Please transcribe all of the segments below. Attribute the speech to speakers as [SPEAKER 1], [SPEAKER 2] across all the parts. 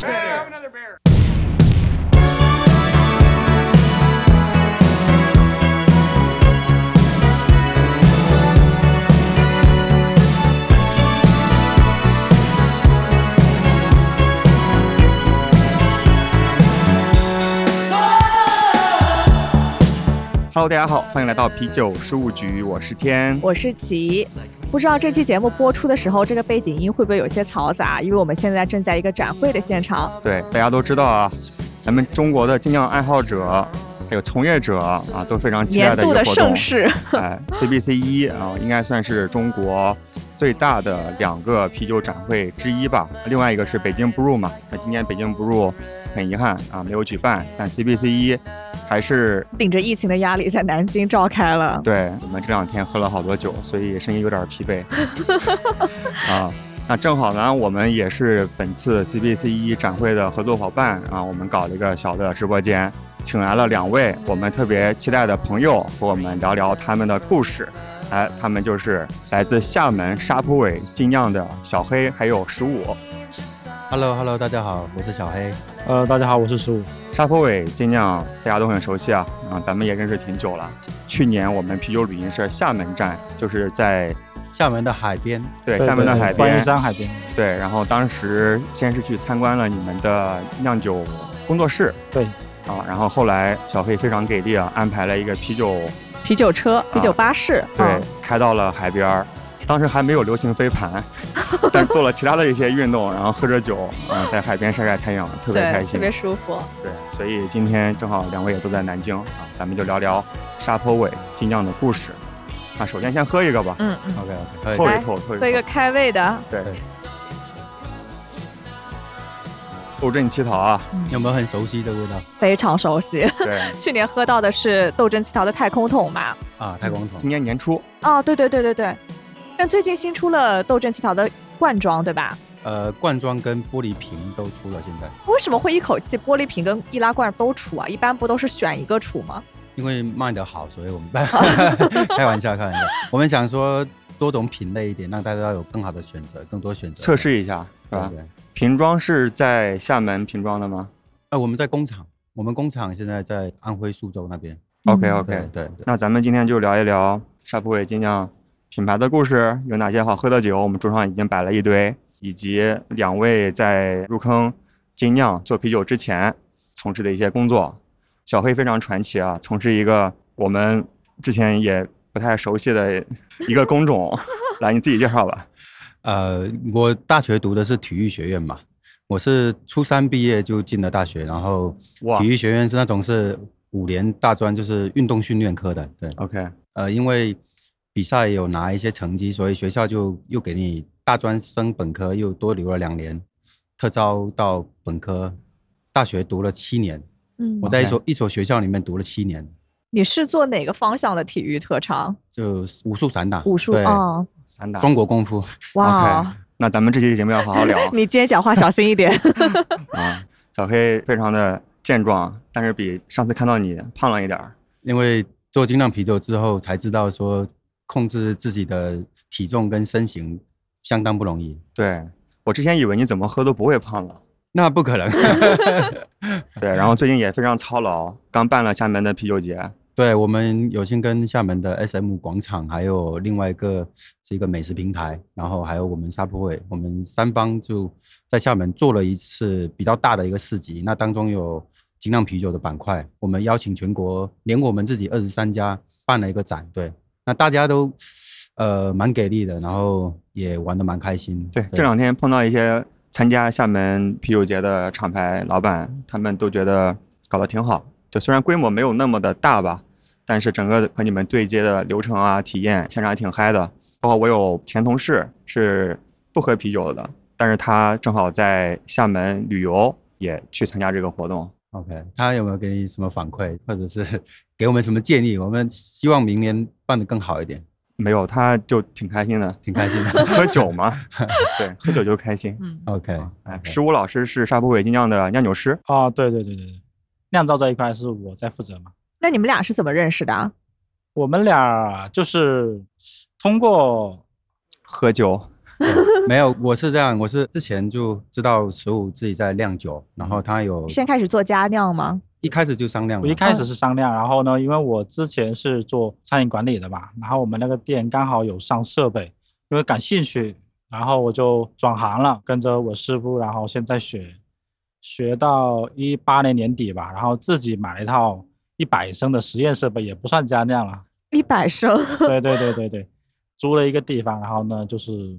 [SPEAKER 1] Brother Bear.
[SPEAKER 2] Hello，大家好，欢迎来到啤酒事务局，我是天。
[SPEAKER 3] 我是琪。不知道这期节目播出的时候，这个背景音会不会有些嘈杂？因为我们现在正在一个展会的现场。
[SPEAKER 2] 对，大家都知道啊，咱们中国的精酿爱好者还有从业者啊，都非常期待
[SPEAKER 3] 年
[SPEAKER 2] 的一
[SPEAKER 3] 度
[SPEAKER 2] 个
[SPEAKER 3] 的
[SPEAKER 2] 活
[SPEAKER 3] 盛
[SPEAKER 2] 动。
[SPEAKER 3] 事，
[SPEAKER 2] 哎，CBC 一啊，应该算是中国最大的两个啤酒展会之一吧。另外一个是北京 Brew 嘛，那今年北京 Brew 很遗憾啊没有举办，但 CBC 一还是
[SPEAKER 3] 顶着疫情的压力，在南京召开了。
[SPEAKER 2] 对我们这两天喝了好多酒，所以声音有点疲惫啊。那正好呢，我们也是本次 CBC 一展会的合作伙伴啊，我们搞了一个小的直播间，请来了两位我们特别期待的朋友，和我们聊聊他们的故事。哎，他们就是来自厦门沙坡尾精酿的小黑，还有十五。
[SPEAKER 4] Hello Hello，大家好，我是小黑。
[SPEAKER 5] 呃，大家好，我是十五。
[SPEAKER 2] 沙坡尾精酿大家都很熟悉啊，啊，咱们也认识挺久了。去年我们啤酒旅行社厦门站就是在
[SPEAKER 4] 厦门的海边，
[SPEAKER 2] 对
[SPEAKER 5] 对
[SPEAKER 2] 厦门的
[SPEAKER 5] 对
[SPEAKER 2] 海
[SPEAKER 5] 观
[SPEAKER 2] 边
[SPEAKER 5] 音，山海边，
[SPEAKER 2] 对，然后当时先是去参观了你们的酿酒工作室，
[SPEAKER 5] 对，
[SPEAKER 2] 啊，然后后来小黑非常给力啊，安排了一个啤酒，
[SPEAKER 3] 嗯啤酒
[SPEAKER 2] 啊
[SPEAKER 3] 车、啤酒巴士，
[SPEAKER 2] 对，
[SPEAKER 3] 嗯
[SPEAKER 2] 开到了海边儿。当时还没有流行飞 盘，但做了其他的一些运动，然后喝着酒，啊，在海边晒晒太阳，特别开
[SPEAKER 3] 对，特
[SPEAKER 2] 心。
[SPEAKER 3] 别舒服。
[SPEAKER 2] 对，所以今天正好两位也都在南京啊，咱们就聊聊沙坡尾精酿的故事。那首先先喝一个吧，
[SPEAKER 3] 嗯嗯，
[SPEAKER 4] OK OK，
[SPEAKER 2] 透
[SPEAKER 4] 可以
[SPEAKER 2] 一透，透一
[SPEAKER 3] 做一
[SPEAKER 2] 透
[SPEAKER 3] 个。开胃的，
[SPEAKER 2] 对，坐镇乞讨啊，
[SPEAKER 4] 有没有很熟悉的味道
[SPEAKER 3] 嗯非常熟悉。
[SPEAKER 2] 对，
[SPEAKER 3] 去年喝到的是豆蒸奇桃的太空桶嘛？
[SPEAKER 4] 啊？太空 桶
[SPEAKER 2] 今年年初，
[SPEAKER 3] 哦，对对对对对。但最近新出了豆蒸奇桃的罐装，对吧？
[SPEAKER 2] 嗯
[SPEAKER 4] 呃，罐装跟玻璃瓶都出了，现在
[SPEAKER 3] 为什么会一口气玻璃瓶跟易拉罐都出啊？一般不都是选一个出吗？
[SPEAKER 4] 因为卖的好，所以我们 开玩笑开玩笑，我们想说多种品类一点，让大家有更好的选择，更多选择
[SPEAKER 2] 测试一下，是
[SPEAKER 4] 对
[SPEAKER 2] 吧
[SPEAKER 4] 不？对？
[SPEAKER 2] 瓶装是在厦门瓶装的吗
[SPEAKER 4] 呃，我们在工厂，我们工厂现在在安徽宿州那边。
[SPEAKER 2] ？OK
[SPEAKER 3] 嗯
[SPEAKER 2] OK，
[SPEAKER 4] 对对，
[SPEAKER 2] 那咱们今天就聊一聊沙普伟精酿品牌的故事，有哪些好喝的酒，我们桌上已经摆了一堆，以及两位在入坑精酿做啤酒之前从事的一些工作。小黑非常传奇啊，从事一个我们之前也不太熟悉的一个工种，来你自己介绍吧。
[SPEAKER 4] 呃，我大学读的是体育学院嘛，我是初三毕业就进了大学，然后
[SPEAKER 2] 哇
[SPEAKER 4] 体育学院是那种是五年大专，就是运动训练科的，对，
[SPEAKER 2] OK，
[SPEAKER 4] 呃，因为比赛有拿一些成绩，所以学校就又给你大专升本科又多留了两年，特招到本科，大学读了七年，
[SPEAKER 3] 嗯
[SPEAKER 4] 我在一
[SPEAKER 2] OK
[SPEAKER 4] 所一所学校里面读了七年，
[SPEAKER 3] 你是做哪个方向的体育特长？
[SPEAKER 4] 就武术散打，
[SPEAKER 3] 武术
[SPEAKER 4] 对，
[SPEAKER 3] 啊，
[SPEAKER 2] 散打。
[SPEAKER 4] 中国功夫，
[SPEAKER 3] 哇哦
[SPEAKER 2] OK，那咱们这期节目要好好聊
[SPEAKER 3] 你今天讲话小心 一点。
[SPEAKER 2] 啊。小黑非常的健壮，但是比上次看到你胖了一点儿。
[SPEAKER 4] 因为做精酿啤酒之后才知道说控制自己的体重跟身形相当不容易，
[SPEAKER 2] 对我之前以为你怎么喝都不会胖了。
[SPEAKER 4] 那不可能。
[SPEAKER 2] 对，然后最近也非常操劳，刚办了厦门的啤酒节。
[SPEAKER 4] 对我们有幸跟厦门的 SM 广场，还有另外一个是一个美食平台，然后还有我们沙坡尾，我们三方就在厦门做了一次比较大的一个市集。那当中有精酿啤酒的板块，我们邀请全国连我们自己二十三家办了一个展。对，那大家都呃蛮给力的，然后也玩的蛮开心。
[SPEAKER 2] 对，这两天碰到一些参加厦门啤酒节的厂牌老板，他们都觉得搞得挺好。就虽然规模没有那么的大吧，但是整个和你们对接的流程啊、体验，现场还挺嗨的。包括我有前同事是不喝啤酒的，但是他正好在厦门旅游，也去参加这个活动。
[SPEAKER 4] OK，他有没有给你什么反馈，或者是 给我们什么建议？我们希望明年办得更好一点，
[SPEAKER 2] 没有，他就挺开心的，
[SPEAKER 4] 挺开心的。
[SPEAKER 2] 喝酒嘛， 对，喝酒就开心。
[SPEAKER 3] 嗯，
[SPEAKER 4] OK，
[SPEAKER 2] 哎，十五老师是沙坡尾精酿的酿酒师，
[SPEAKER 5] 啊，对对对对对，酿造这一块是我在负责嘛。
[SPEAKER 3] 那你们俩是怎么认识的啊？
[SPEAKER 5] 我们俩就是通过
[SPEAKER 2] 喝酒，
[SPEAKER 4] 没有，我是这样，我是之前就知道十五自己在酿酒，然后他有
[SPEAKER 3] 先开始做家酿吗？
[SPEAKER 4] 一开始就商量
[SPEAKER 5] 我
[SPEAKER 4] 了，
[SPEAKER 5] 一开始是商量，然后呢，因为我之前是做餐饮管理的嘛，然后我们那个店刚好有上设备，因为感兴趣，然后我就转行了，跟着我师傅，然后现在学，学到一八年年底吧，然后自己买了一套一百升的实验设备，也不算家酿了，
[SPEAKER 3] 一百升，
[SPEAKER 5] 对对对对对，租了一个地方，然后呢，就是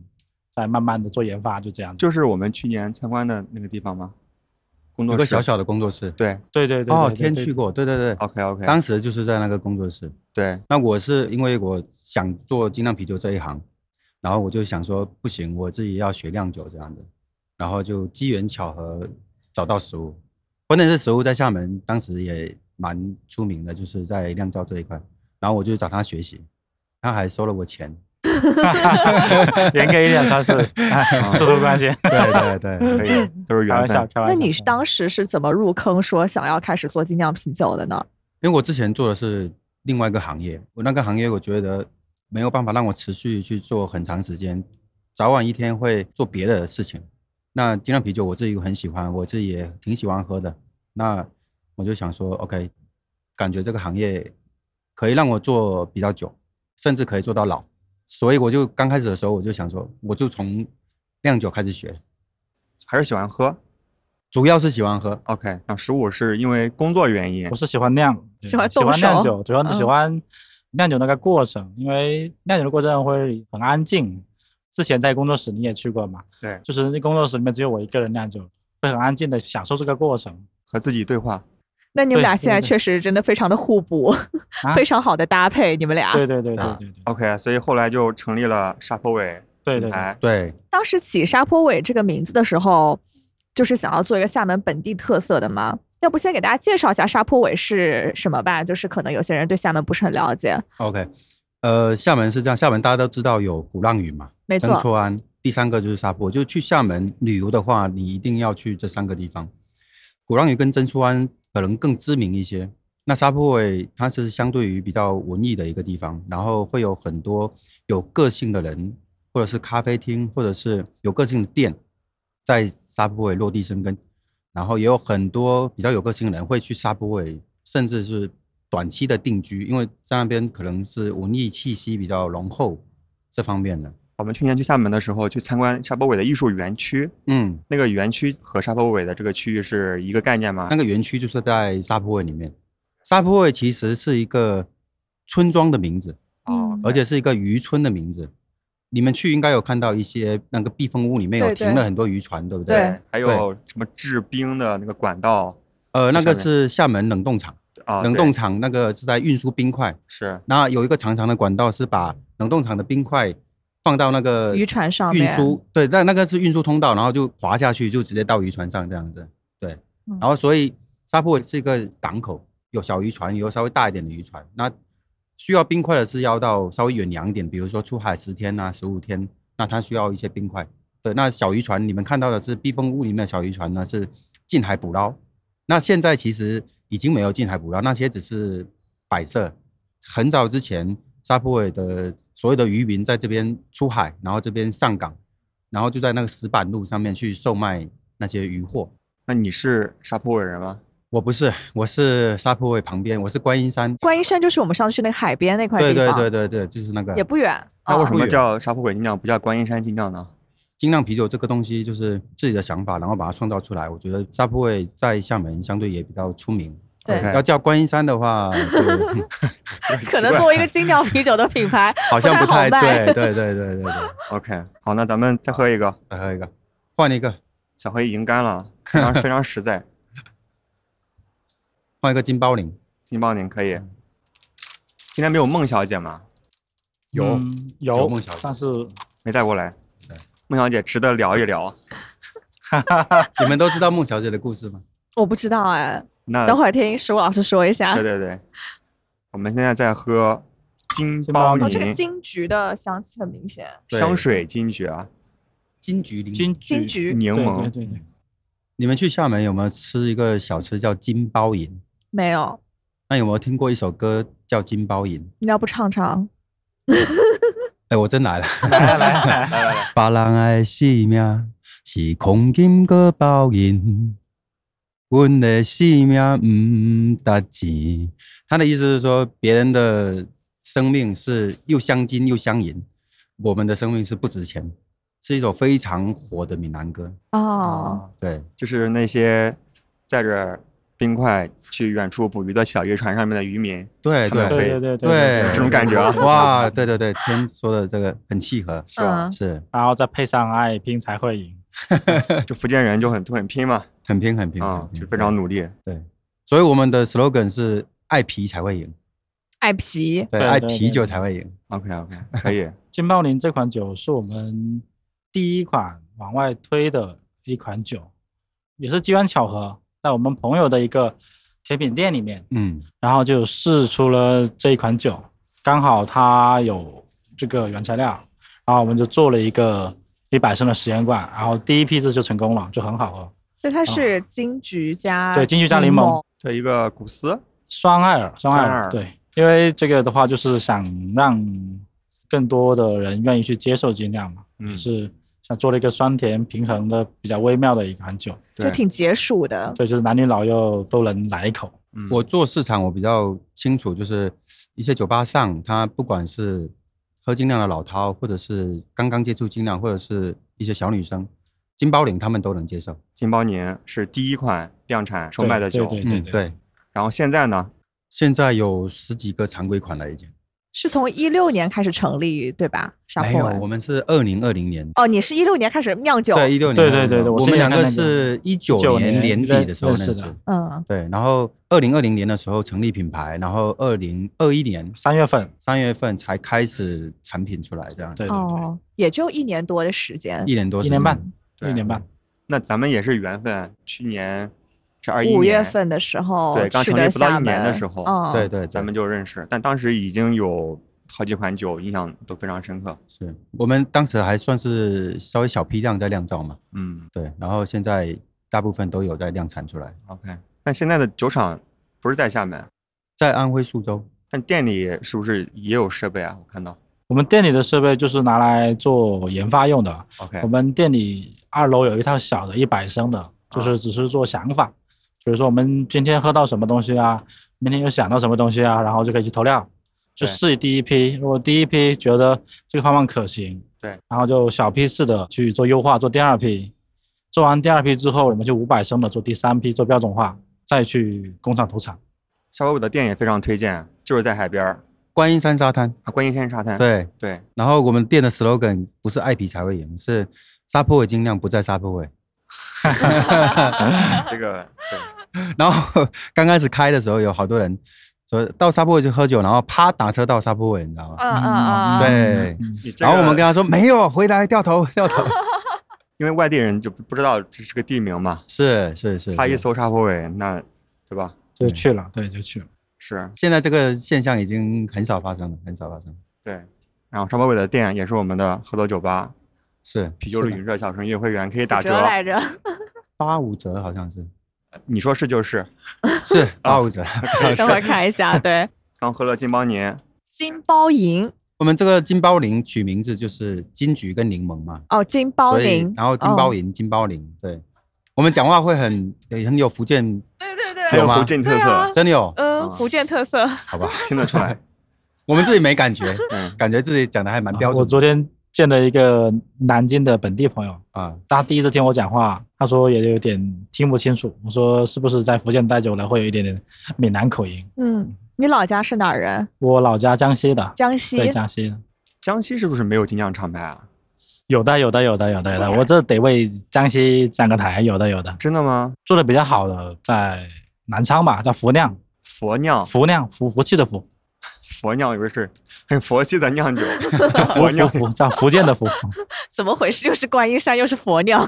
[SPEAKER 5] 在慢慢的做研发，就这样子。
[SPEAKER 2] 就是我们去年参观的那个地方吗？工
[SPEAKER 4] 有
[SPEAKER 2] 作
[SPEAKER 4] 个
[SPEAKER 2] 室
[SPEAKER 4] 小小的工作室。
[SPEAKER 2] 对
[SPEAKER 5] 对对对
[SPEAKER 4] 哦，
[SPEAKER 5] 对对
[SPEAKER 4] 天
[SPEAKER 5] 对哦
[SPEAKER 4] 去过，对对对，
[SPEAKER 2] ，OK OK，
[SPEAKER 4] 当时就是在那个工作室。
[SPEAKER 2] 对
[SPEAKER 4] 那我是因为我想做精酿啤酒这一行，然后我就想说不行，我自己要学酿酒这样子，然后就机缘巧合找到食物，关键是食物在厦门当时也蛮出名的，就是在酿造这一块，然后我就找他学习，他还收了我钱，
[SPEAKER 5] 严格一点算是
[SPEAKER 4] 哦
[SPEAKER 5] 哎师徒关系。
[SPEAKER 4] 对对对，
[SPEAKER 2] 可以，都是
[SPEAKER 5] 开
[SPEAKER 2] 缘
[SPEAKER 5] 玩笑，
[SPEAKER 2] 分。
[SPEAKER 5] 开玩
[SPEAKER 3] 那
[SPEAKER 5] 笑。嗯
[SPEAKER 3] 你是当时是怎么入坑说想要开始做精酿啤酒的呢？
[SPEAKER 4] 因为我之前做的是另外一个行业，我那个行业我觉得没有办法让我持续去做很长时间，早晚一天会做别的事情。那精酿啤酒我自己很喜欢，我自己也挺喜欢喝的。那我就想说，OK，感觉这个行业可以让我做比较久，甚至可以做到老。所以我就刚开始的时候我就想说，我就从酿酒开始学，
[SPEAKER 2] 还是喜欢喝
[SPEAKER 4] 主要是喜欢喝。
[SPEAKER 2] ，OK。那十五是因为工作原因
[SPEAKER 5] 我，是喜欢酿，对
[SPEAKER 3] 喜欢
[SPEAKER 5] 喜
[SPEAKER 3] 动
[SPEAKER 5] 欢酿
[SPEAKER 3] 手
[SPEAKER 5] 酒，主要是喜
[SPEAKER 3] 嗯
[SPEAKER 5] 欢酿酒那个过程，因为酿酒的过程会很安静。之前在工作室你也去过嘛，
[SPEAKER 2] 对，
[SPEAKER 5] 就是那工作室里面只有我一个人酿酒，会很安静的享受这个过程。
[SPEAKER 2] 和自己对话。
[SPEAKER 3] 那你们
[SPEAKER 5] 对
[SPEAKER 3] 俩
[SPEAKER 5] 对
[SPEAKER 3] 现在
[SPEAKER 5] 对
[SPEAKER 3] 确实真的非常的互补，
[SPEAKER 5] 啊
[SPEAKER 3] 非常好的搭配，你们俩。
[SPEAKER 5] 对对对对
[SPEAKER 4] 啊
[SPEAKER 5] 对对
[SPEAKER 2] OK，所以后来就成立了沙坡尾
[SPEAKER 5] 对
[SPEAKER 2] 品
[SPEAKER 5] 对对，
[SPEAKER 2] 牌。
[SPEAKER 4] 对，
[SPEAKER 3] 当时起“沙坡尾”这个名字的时候，就是想要做一个厦门本地特色的吗？要不先给大家介绍一下沙坡尾是什么吧？就是可能有些人对厦门不是很了解。
[SPEAKER 4] OK，呃，厦门是这样，厦门大家都知道有鼓浪屿嘛，
[SPEAKER 3] 没
[SPEAKER 4] 曾
[SPEAKER 3] 错，
[SPEAKER 4] 厝垵，啊第三个就是沙坡。就去厦门旅游的话，你一定要去这三个地方。鼓浪屿跟曾厝垵可能更知名一些。那沙坡尾它是相对于比较文艺的一个地方，然后会有很多有个性的人，或者是咖啡厅，或者是有个性的店，在沙坡尾落地生根。然后也有很多比较有个性的人会去沙坡尾，甚至是短期的定居，因为在那边可能是文艺气息比较浓厚这方面的。
[SPEAKER 2] 我们去年去厦门的时候，去参观沙坡尾的艺术园区，
[SPEAKER 4] 嗯，
[SPEAKER 2] 那个园区和沙坡尾的这个区域是一个概念吗
[SPEAKER 4] 那？个园区就是在沙坡尾里面。沙坡尾其实是一个村庄的名字，
[SPEAKER 2] 哦
[SPEAKER 3] 嗯，
[SPEAKER 4] 而且是一个渔村的名字。你们去应该有看到一些那个避风屋里面有
[SPEAKER 3] 对对
[SPEAKER 4] 停了很多渔船，对不
[SPEAKER 3] 对
[SPEAKER 2] 还有什么制冰的那个管道
[SPEAKER 4] 呃，那
[SPEAKER 2] 上
[SPEAKER 4] 个
[SPEAKER 2] 面
[SPEAKER 4] 是厦门冷冻厂，
[SPEAKER 3] 哦
[SPEAKER 2] 啊？
[SPEAKER 4] 冷
[SPEAKER 2] 对
[SPEAKER 4] 冻厂那个是在运输冰块，
[SPEAKER 2] 是
[SPEAKER 4] 那有一个长长的管道是把冷冻厂的冰块放到那个
[SPEAKER 3] 渔船上
[SPEAKER 4] 运
[SPEAKER 3] 面
[SPEAKER 4] 输，对，那那个是运输通道，然后就滑下去，就直接到渔船上这样子。对，
[SPEAKER 3] 嗯
[SPEAKER 4] 然后所以沙坡尾是一个港口，有小渔船，也有稍微大一点的渔船。那需要冰块的是要到稍微远洋一点，比如说出海十天啊、十五天，那它需要一些冰块。对，那小渔船你们看到的是避风屋里面的小渔船呢，是近海捕捞。那现在其实已经没有近海捕捞，那些只是摆设。很早之前，沙坡尾的所有的渔民在这边出海，然后这边上港，然后就在那个石板路上面去售卖那些渔货。
[SPEAKER 2] 那你是沙坡尾人吗？
[SPEAKER 4] 我不是，我是沙坡尾旁边，我是观音山。
[SPEAKER 3] 观音山就是我们上次去那个海边那块地
[SPEAKER 4] 对
[SPEAKER 3] 方，
[SPEAKER 4] 对对对对，就是那个。
[SPEAKER 3] 也不远。
[SPEAKER 2] 那
[SPEAKER 3] 哦
[SPEAKER 2] 为什
[SPEAKER 4] 不
[SPEAKER 2] 么
[SPEAKER 4] 远
[SPEAKER 2] 叫沙坡尾精酿，不叫观音山精酿呢？
[SPEAKER 4] 精酿啤酒这个东西就是自己的想法，然后把它创造出来。我觉得沙坡尾在厦门相对也比较出名。
[SPEAKER 3] 对
[SPEAKER 2] OK
[SPEAKER 4] 要叫观音山的 话，就
[SPEAKER 3] 可能作为一个精酿啤酒的品牌，
[SPEAKER 4] 好像
[SPEAKER 3] 不
[SPEAKER 4] 不
[SPEAKER 3] 太
[SPEAKER 4] 太
[SPEAKER 3] 好卖
[SPEAKER 4] 对。对对对对对。
[SPEAKER 2] OK，好，那咱们再喝一个。
[SPEAKER 4] 来喝一个，换一个，
[SPEAKER 2] 小黑已经干了，非 常非常实在。
[SPEAKER 4] 换一个金包领。
[SPEAKER 2] 金豹您可以。
[SPEAKER 3] 嗯
[SPEAKER 2] 今天没有孟小姐吗？
[SPEAKER 4] 有
[SPEAKER 5] 嗯
[SPEAKER 4] 有
[SPEAKER 5] 有
[SPEAKER 4] 梦想，
[SPEAKER 5] 但是
[SPEAKER 2] 没带过来
[SPEAKER 4] 对。
[SPEAKER 2] 孟小姐值得聊一聊。
[SPEAKER 4] 你们都知道孟小姐的故事吗？
[SPEAKER 3] 我不知道哎，
[SPEAKER 2] 那
[SPEAKER 3] 等会儿啊听石武老师说一下
[SPEAKER 2] 嗯对。对对，我们现在在喝金
[SPEAKER 5] 金
[SPEAKER 2] 包
[SPEAKER 5] 包
[SPEAKER 3] 哦，
[SPEAKER 5] 泥
[SPEAKER 3] 这个
[SPEAKER 2] 泥
[SPEAKER 3] 金桔的香气很明显，
[SPEAKER 4] 对
[SPEAKER 2] 香水金桔啊，
[SPEAKER 4] 金桔柠檬
[SPEAKER 5] 金
[SPEAKER 3] 金桔
[SPEAKER 5] 桔，
[SPEAKER 2] 柠
[SPEAKER 5] 对对
[SPEAKER 2] 檬。
[SPEAKER 5] 对对，
[SPEAKER 4] 你们去厦门有没有吃一个小吃叫金包银？
[SPEAKER 3] 没有，
[SPEAKER 4] 那有没有听过一首歌叫《金包银
[SPEAKER 3] 你要不唱唱？》？
[SPEAKER 4] 哎，我真来了。
[SPEAKER 5] 来来来来，
[SPEAKER 4] 别人的性命是黄金搁包银，阮的性命毋值钱。他的意思是说，别人的生命是又镶金又镶银，我们的生命是不值钱。是一首非常火的闽南歌，
[SPEAKER 3] 哦，
[SPEAKER 4] 对，
[SPEAKER 2] 就是那些载着冰块去远处捕鱼的小渔船上面的渔民，
[SPEAKER 4] 对
[SPEAKER 2] 他们
[SPEAKER 4] 对
[SPEAKER 2] 会
[SPEAKER 5] 对对对
[SPEAKER 4] 对，
[SPEAKER 2] 这种感觉啊
[SPEAKER 4] 哇，对对对，天说的这个很契合，
[SPEAKER 2] 是吧？
[SPEAKER 3] 嗯
[SPEAKER 4] 是
[SPEAKER 5] 然后再配上爱拼才会赢。
[SPEAKER 3] 嗯
[SPEAKER 2] 就福建人就很就很拼嘛，
[SPEAKER 4] 很拼很拼
[SPEAKER 2] 啊
[SPEAKER 4] 很，拼
[SPEAKER 2] 就非常努力。
[SPEAKER 4] 对，所以我们的 slogan 是爱皮才会赢，
[SPEAKER 3] 爱皮，
[SPEAKER 4] 对，
[SPEAKER 5] 对
[SPEAKER 4] 爱
[SPEAKER 5] 对
[SPEAKER 4] 啤
[SPEAKER 5] 对
[SPEAKER 4] 酒才会
[SPEAKER 5] 嗯
[SPEAKER 4] 赢，
[SPEAKER 2] OK OK，可以，
[SPEAKER 5] 金茂林这款酒是我们第一款往外推的一款酒，也是机缘巧合，在我们朋友的一个甜品店里面，
[SPEAKER 4] 嗯
[SPEAKER 5] 然后就试出了这一款酒，刚好它有这个原材料，然后我们就做了一个一百升的实验罐，然后第一批次就成功了，就很好喝。
[SPEAKER 3] 所以它是金桔加
[SPEAKER 5] 对金桔加柠檬
[SPEAKER 3] 檬，
[SPEAKER 2] 这一个古斯，
[SPEAKER 5] 双艾尔，双艾
[SPEAKER 2] 双艾
[SPEAKER 5] 尔
[SPEAKER 2] 尔，
[SPEAKER 5] 对，因为这个的话就是想让更多的人愿意去接受精酿嘛，
[SPEAKER 2] 嗯
[SPEAKER 5] 也是想做了一个酸甜平衡的比较微妙的一款酒，
[SPEAKER 3] 就
[SPEAKER 2] 对
[SPEAKER 3] 挺解暑的。
[SPEAKER 5] 对，就是男女老幼都能来一口。
[SPEAKER 2] 嗯
[SPEAKER 4] 我做市场我比较清楚，就是一些酒吧上，他不管是喝精酿的老饕，或者是刚刚接触精酿，或者是一些小女生，金包领他们都能接受。
[SPEAKER 2] 金包银是第一款量产售
[SPEAKER 5] 对
[SPEAKER 2] 卖的
[SPEAKER 5] 对
[SPEAKER 2] 酒，
[SPEAKER 5] 对
[SPEAKER 4] 嗯，对。
[SPEAKER 2] 然后现在呢，
[SPEAKER 4] 现在有十几个常规款了，已经
[SPEAKER 3] 是从一六年开始成立，对吧？沙
[SPEAKER 4] 没
[SPEAKER 3] 坡
[SPEAKER 4] 有。
[SPEAKER 3] 文
[SPEAKER 4] 我们是二零二零年，
[SPEAKER 3] 哦，你是一六年开始酿酒，
[SPEAKER 4] 对一六年，
[SPEAKER 5] 对对对对我
[SPEAKER 4] 我
[SPEAKER 5] 是
[SPEAKER 4] 们
[SPEAKER 5] 也
[SPEAKER 4] 两
[SPEAKER 5] 看
[SPEAKER 4] 个
[SPEAKER 5] 那个
[SPEAKER 4] 是一九
[SPEAKER 5] 19
[SPEAKER 4] 年
[SPEAKER 5] 年
[SPEAKER 4] 年底的时候
[SPEAKER 5] 认识
[SPEAKER 4] 认识
[SPEAKER 5] 的，
[SPEAKER 3] 嗯，
[SPEAKER 4] 对，然后二零二零年的时候成立品牌，然后二零二一年
[SPEAKER 5] 三月份，
[SPEAKER 4] 三月份才开始产品出来，这样
[SPEAKER 5] 对对对，
[SPEAKER 3] 哦，也就一年多的时间
[SPEAKER 4] 一，年多
[SPEAKER 5] 呃一
[SPEAKER 4] 时
[SPEAKER 5] 年
[SPEAKER 4] 间
[SPEAKER 5] 半，
[SPEAKER 2] 对
[SPEAKER 5] 一年半，
[SPEAKER 2] 那咱们也是缘分，去年是二一
[SPEAKER 3] 五月份的时候，
[SPEAKER 2] 对刚
[SPEAKER 3] 去
[SPEAKER 2] 成立
[SPEAKER 3] 的
[SPEAKER 2] 不到一
[SPEAKER 3] 厦
[SPEAKER 2] 年的
[SPEAKER 3] 门
[SPEAKER 2] 时候
[SPEAKER 5] 哦
[SPEAKER 3] 嗯，
[SPEAKER 4] 对对，
[SPEAKER 2] 咱
[SPEAKER 4] 对
[SPEAKER 2] 们就认识，但当时已经有好几款酒印象都非常深刻，
[SPEAKER 4] 是我们当时还算是稍微小批量在酿造嘛，
[SPEAKER 2] 嗯
[SPEAKER 4] 对，然后现在大部分都有在量产出来，
[SPEAKER 2] ，OK，那现在的酒厂不是在厦门，
[SPEAKER 4] 在安徽宿州，
[SPEAKER 2] 但店里是不是也有设备啊？我看到
[SPEAKER 5] 我们店里的设备就是拿来做研发用的，
[SPEAKER 2] ，OK，
[SPEAKER 4] 哦
[SPEAKER 5] 我们店里二楼有一套小的，一百升
[SPEAKER 2] 啊
[SPEAKER 5] 的，就是只是做想法，比如说我们今天喝到什么东西啊，明天又想到什么东西啊，然后就可以去投料，就
[SPEAKER 2] 对
[SPEAKER 5] 试第一批。如果第一批觉得这个方案可行，
[SPEAKER 2] 对，
[SPEAKER 5] 然后就小批次的去做优化，做第二批。做完第二批之后，我们就五百升的做第三批，做标准化，再去工厂投产。
[SPEAKER 2] 沙威的店也非常推荐，就是在海边儿
[SPEAKER 4] 观音山沙滩，
[SPEAKER 2] 啊，观音山沙滩，
[SPEAKER 4] 对，
[SPEAKER 2] 对，
[SPEAKER 4] 然后我们店的 slogan 不是爱啤才会赢，是沙坡尾精酿不在沙坡尾。
[SPEAKER 2] 这个对，
[SPEAKER 4] 然后刚开始开的时候，有好多人说到沙坡尾去喝酒，然后啪打车到沙坡尾，你知道吗？
[SPEAKER 3] 嗯嗯嗯，嗯，
[SPEAKER 4] 对。
[SPEAKER 2] 你啊这
[SPEAKER 4] 然后我们
[SPEAKER 2] 个
[SPEAKER 4] 跟他说没有，回来掉头 掉头。
[SPEAKER 2] 因为外地人就不不知道这是个地名嘛，
[SPEAKER 4] 是是是，
[SPEAKER 2] 他一
[SPEAKER 4] 是
[SPEAKER 2] 搜沙坡尾，那对吧？
[SPEAKER 5] 就去了，对，就去了。
[SPEAKER 2] 是
[SPEAKER 4] 现在这个现象已经很少发生了，很少发生了。
[SPEAKER 2] 对。然后沙坡尾的店也是我们的喝多酒吧，
[SPEAKER 4] 是
[SPEAKER 2] 啤酒
[SPEAKER 5] 是
[SPEAKER 2] 旅
[SPEAKER 5] 的
[SPEAKER 2] 行社小程序会员可以打
[SPEAKER 3] 几嗯折
[SPEAKER 2] 折，
[SPEAKER 3] 来着，
[SPEAKER 4] 八五折，好像是
[SPEAKER 2] 你说是就是。
[SPEAKER 4] 是八五折。
[SPEAKER 3] 等会儿看一 下，对，
[SPEAKER 2] 刚喝了金邦尼，
[SPEAKER 3] 金包银
[SPEAKER 4] 我们这个金包银取名字就是金桔跟柠檬嘛，
[SPEAKER 3] 哦，金包
[SPEAKER 4] 所以
[SPEAKER 3] 银，哦
[SPEAKER 4] 然后金包
[SPEAKER 3] 银，
[SPEAKER 4] 银、金包银，对我们讲话会很呃很有福建，
[SPEAKER 3] 对对对，
[SPEAKER 2] 还有
[SPEAKER 4] 吗
[SPEAKER 2] 福建特
[SPEAKER 3] 对啊
[SPEAKER 2] 色，
[SPEAKER 4] 真 的有，
[SPEAKER 2] 哦
[SPEAKER 3] 嗯，福建特色，
[SPEAKER 4] 好吧？
[SPEAKER 2] 听得出 来。
[SPEAKER 4] 我们自己没感觉，
[SPEAKER 2] 嗯，
[SPEAKER 4] 感觉自己讲的还蛮啊标
[SPEAKER 5] 啊我
[SPEAKER 4] 准
[SPEAKER 5] 昨天见了一个南京的本地朋友，
[SPEAKER 4] 啊。
[SPEAKER 5] 他第一次听我讲话，他说也有点听不清楚。我说是不是在福建待久了会有一点点闽南口音？
[SPEAKER 3] 嗯，你老家是哪儿人？
[SPEAKER 5] 我老家江西的，
[SPEAKER 3] 江西，
[SPEAKER 5] 对江西的，
[SPEAKER 2] 江西是不是没有精酿厂牌啊？
[SPEAKER 5] 有的有的有的有的有的，
[SPEAKER 3] 是啊
[SPEAKER 5] 我这得为江西站个台，有的有的
[SPEAKER 2] 真的吗？
[SPEAKER 5] 做的比较好的在南昌吧，叫福酿，
[SPEAKER 2] 佛酿，
[SPEAKER 5] 福酿福福气的福，
[SPEAKER 2] 佛酿以为是很佛系的酿酒，
[SPEAKER 5] 叫
[SPEAKER 2] 叫
[SPEAKER 5] 福
[SPEAKER 2] 佛
[SPEAKER 5] 福
[SPEAKER 2] 酿。
[SPEAKER 5] 福，叫福建 的福。
[SPEAKER 3] 怎么回事？又是观音山，又是佛酿，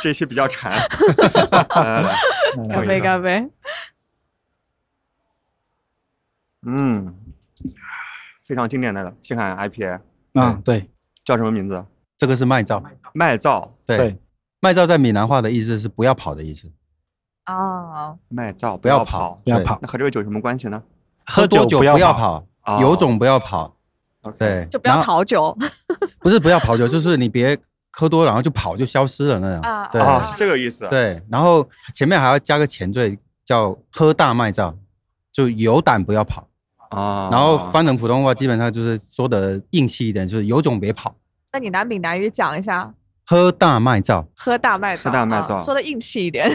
[SPEAKER 2] 这期比较馋。来来来，
[SPEAKER 3] 干
[SPEAKER 5] 来来
[SPEAKER 3] 杯干杯！
[SPEAKER 2] 嗯，非常经典的星海岸 IPA，
[SPEAKER 5] 嗯，对
[SPEAKER 2] 叫什么名字？
[SPEAKER 4] 这个是麦照，
[SPEAKER 2] 麦造，
[SPEAKER 4] 对，，麦照在闽南话的意思是不要跑的意思，
[SPEAKER 3] 哦，
[SPEAKER 2] 麦造，
[SPEAKER 4] 不
[SPEAKER 2] 要
[SPEAKER 4] 要
[SPEAKER 2] 跑
[SPEAKER 4] 跑，。
[SPEAKER 5] 不要
[SPEAKER 4] 对
[SPEAKER 5] 跑，
[SPEAKER 2] 那和这个酒有什么关系呢？
[SPEAKER 5] 喝
[SPEAKER 4] 多
[SPEAKER 5] 酒
[SPEAKER 4] 酒
[SPEAKER 5] 不要
[SPEAKER 4] 要
[SPEAKER 5] 跑
[SPEAKER 4] 跑
[SPEAKER 2] 哦，
[SPEAKER 4] 有种不要跑，
[SPEAKER 2] OK，
[SPEAKER 4] 对，
[SPEAKER 3] 就不要
[SPEAKER 4] 然后，
[SPEAKER 3] 讨酒。
[SPEAKER 4] 不是不要跑酒，就是你别喝多然后就跑就消失了那种。
[SPEAKER 3] 啊
[SPEAKER 4] 对、
[SPEAKER 2] 哦，是这个意思。，
[SPEAKER 4] 对，然后前面还要加个前缀叫喝大卖照，就有胆不要跑。
[SPEAKER 2] 啊，
[SPEAKER 4] 然后翻成普通话基本上就是说的硬气一点，就是有种别跑，
[SPEAKER 3] 那你拿闽南语讲一下，
[SPEAKER 4] 喝大卖照。
[SPEAKER 3] 喝大麦
[SPEAKER 2] 喝大麦
[SPEAKER 3] 啊
[SPEAKER 2] 皂
[SPEAKER 3] 说的硬气一 点。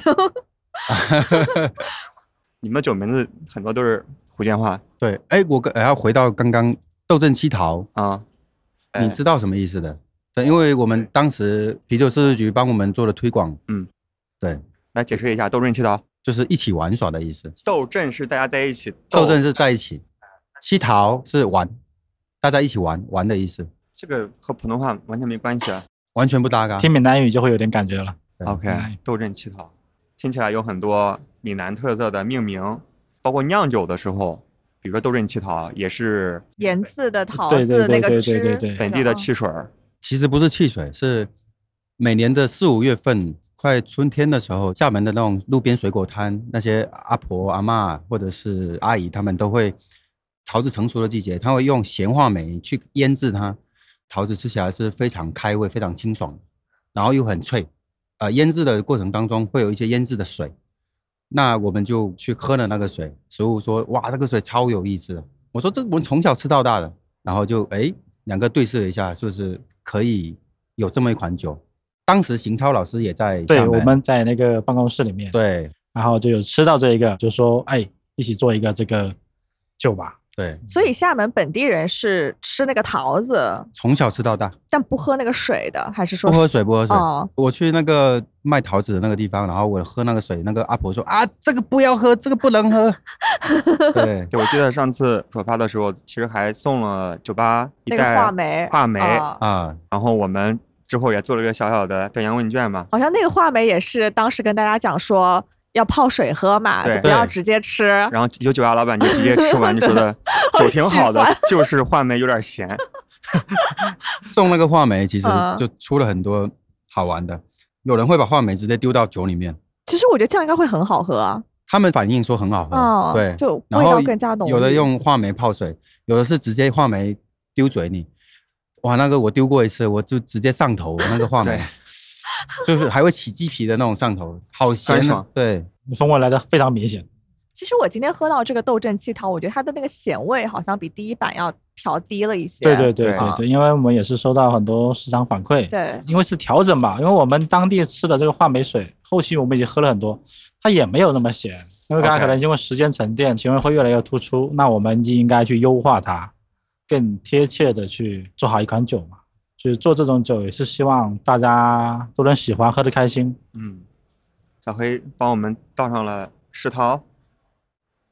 [SPEAKER 2] 你们的酒名字很多都是福建话
[SPEAKER 4] 对，哎，我跟还要回到刚刚斗阵七逃，
[SPEAKER 2] 啊，哎
[SPEAKER 4] 你知道什么意思的？对，因为我们当时啤酒设置局帮我们做了推广，
[SPEAKER 2] 嗯，
[SPEAKER 4] 对，
[SPEAKER 2] 来解释一下斗阵七逃。
[SPEAKER 4] 就是一起玩耍的意思。
[SPEAKER 2] 哦斗阵是大家在一起
[SPEAKER 4] 斗阵是在一起，七逃是玩，大家一起玩玩的意思，
[SPEAKER 2] 这个和普通话完全没关系啊。
[SPEAKER 4] 完全不搭嘎。
[SPEAKER 5] 听闽南语就会有点感觉了。
[SPEAKER 4] 对
[SPEAKER 2] OK，
[SPEAKER 5] 哎
[SPEAKER 2] 斗阵乞讨，听起来有很多闽南特色的命名，包括酿酒的时候，比如说斗阵乞讨也是
[SPEAKER 3] 盐字的桃
[SPEAKER 5] 对对
[SPEAKER 3] 子的那
[SPEAKER 5] 对
[SPEAKER 3] 个
[SPEAKER 5] 对
[SPEAKER 3] 汁，
[SPEAKER 5] 对对对
[SPEAKER 2] 本地的
[SPEAKER 3] 嗯
[SPEAKER 2] 汽水儿
[SPEAKER 4] 其实不是汽水，是每年的四五月份，快春天的时候，厦门的那种路边水果摊，那些阿婆、阿嬷或者是阿姨，他们都会桃子成熟的季节，他会用咸话梅去腌制它，桃子吃起来是非常开胃、非常清爽，然后又很脆。呃，腌制的过程当中会有一些腌制的水，那我们就去喝了那个水，食物说哇，这个水超有意思的。我说这我们从小吃到大的，然后就哎两个对视了一下，是不是可以有这么一款酒？当时邢超老师也在厦
[SPEAKER 5] 对，
[SPEAKER 4] 门
[SPEAKER 5] 我们在那个办公室里面，
[SPEAKER 4] 对
[SPEAKER 5] 然后就有吃到这一个，就说哎，一起做一个这个酒吧。
[SPEAKER 4] 对，
[SPEAKER 3] 所以厦门本地人是吃那个桃子，
[SPEAKER 4] 从小吃到大，
[SPEAKER 3] 但不喝那个水的，还是说
[SPEAKER 4] 不喝水不喝水。
[SPEAKER 3] 哦
[SPEAKER 4] 我去那个卖桃子的那个地方，然后我喝那个水，那个阿婆说啊，这个不要喝，这个不能喝。 对
[SPEAKER 2] 对，我记得上次首发的时候，其实还送了酒吧一
[SPEAKER 3] 那个
[SPEAKER 2] 袋
[SPEAKER 3] 话梅？
[SPEAKER 2] 话梅，
[SPEAKER 3] 啊
[SPEAKER 4] 啊，
[SPEAKER 2] 然后我们之后也做了一个小小的调研问卷嘛。
[SPEAKER 3] 好像那个话梅也是当时跟大家讲说要泡水喝嘛，
[SPEAKER 2] 对
[SPEAKER 3] 就不要
[SPEAKER 4] 对
[SPEAKER 3] 直接吃。
[SPEAKER 2] 然后有酒吧老板就直接吃 完，就觉得酒挺好的，就是话梅有点咸。
[SPEAKER 4] 送那个话梅，其实
[SPEAKER 3] 嗯
[SPEAKER 4] 就出了很多好玩的。有人会把话梅直接丢到酒里面，
[SPEAKER 3] 其实我觉得这样应该会很好喝啊，
[SPEAKER 4] 他们反映说很好喝，
[SPEAKER 3] 哦
[SPEAKER 4] 对，
[SPEAKER 3] 就
[SPEAKER 4] 然
[SPEAKER 3] 味道
[SPEAKER 4] 后
[SPEAKER 3] 更加浓
[SPEAKER 4] 有的
[SPEAKER 3] 郁
[SPEAKER 4] 用话梅泡水，有的是直接话梅丢嘴里。哇，那个我丢过一次，我就直接上头，那 个话梅就是还会起鸡皮的那种上头，好咸
[SPEAKER 2] 干
[SPEAKER 4] 啊
[SPEAKER 2] 爽！
[SPEAKER 4] 对，
[SPEAKER 5] 风味来的非常明显，
[SPEAKER 3] 其实我今天喝到这个豆阵气汤，我觉得它的那个咸味好像比第一版要调低了一些。
[SPEAKER 5] 对对对
[SPEAKER 2] 对
[SPEAKER 5] 对对，因为我们也是收到很多市场反馈，
[SPEAKER 3] 啊对
[SPEAKER 5] 因为是调整吧，因为我们当地吃的这个话梅水，后期我们已经喝了很多，它也没有那么咸，因为刚刚
[SPEAKER 2] OK
[SPEAKER 5] 可能因为时间沉淀，情味会越来越突出，那我们就应该去优化它，更贴切的去做好一款酒嘛。就是做这种酒也是希望大家都能喜欢，喝得开心。
[SPEAKER 2] 嗯，小黑帮我们倒上了石涛，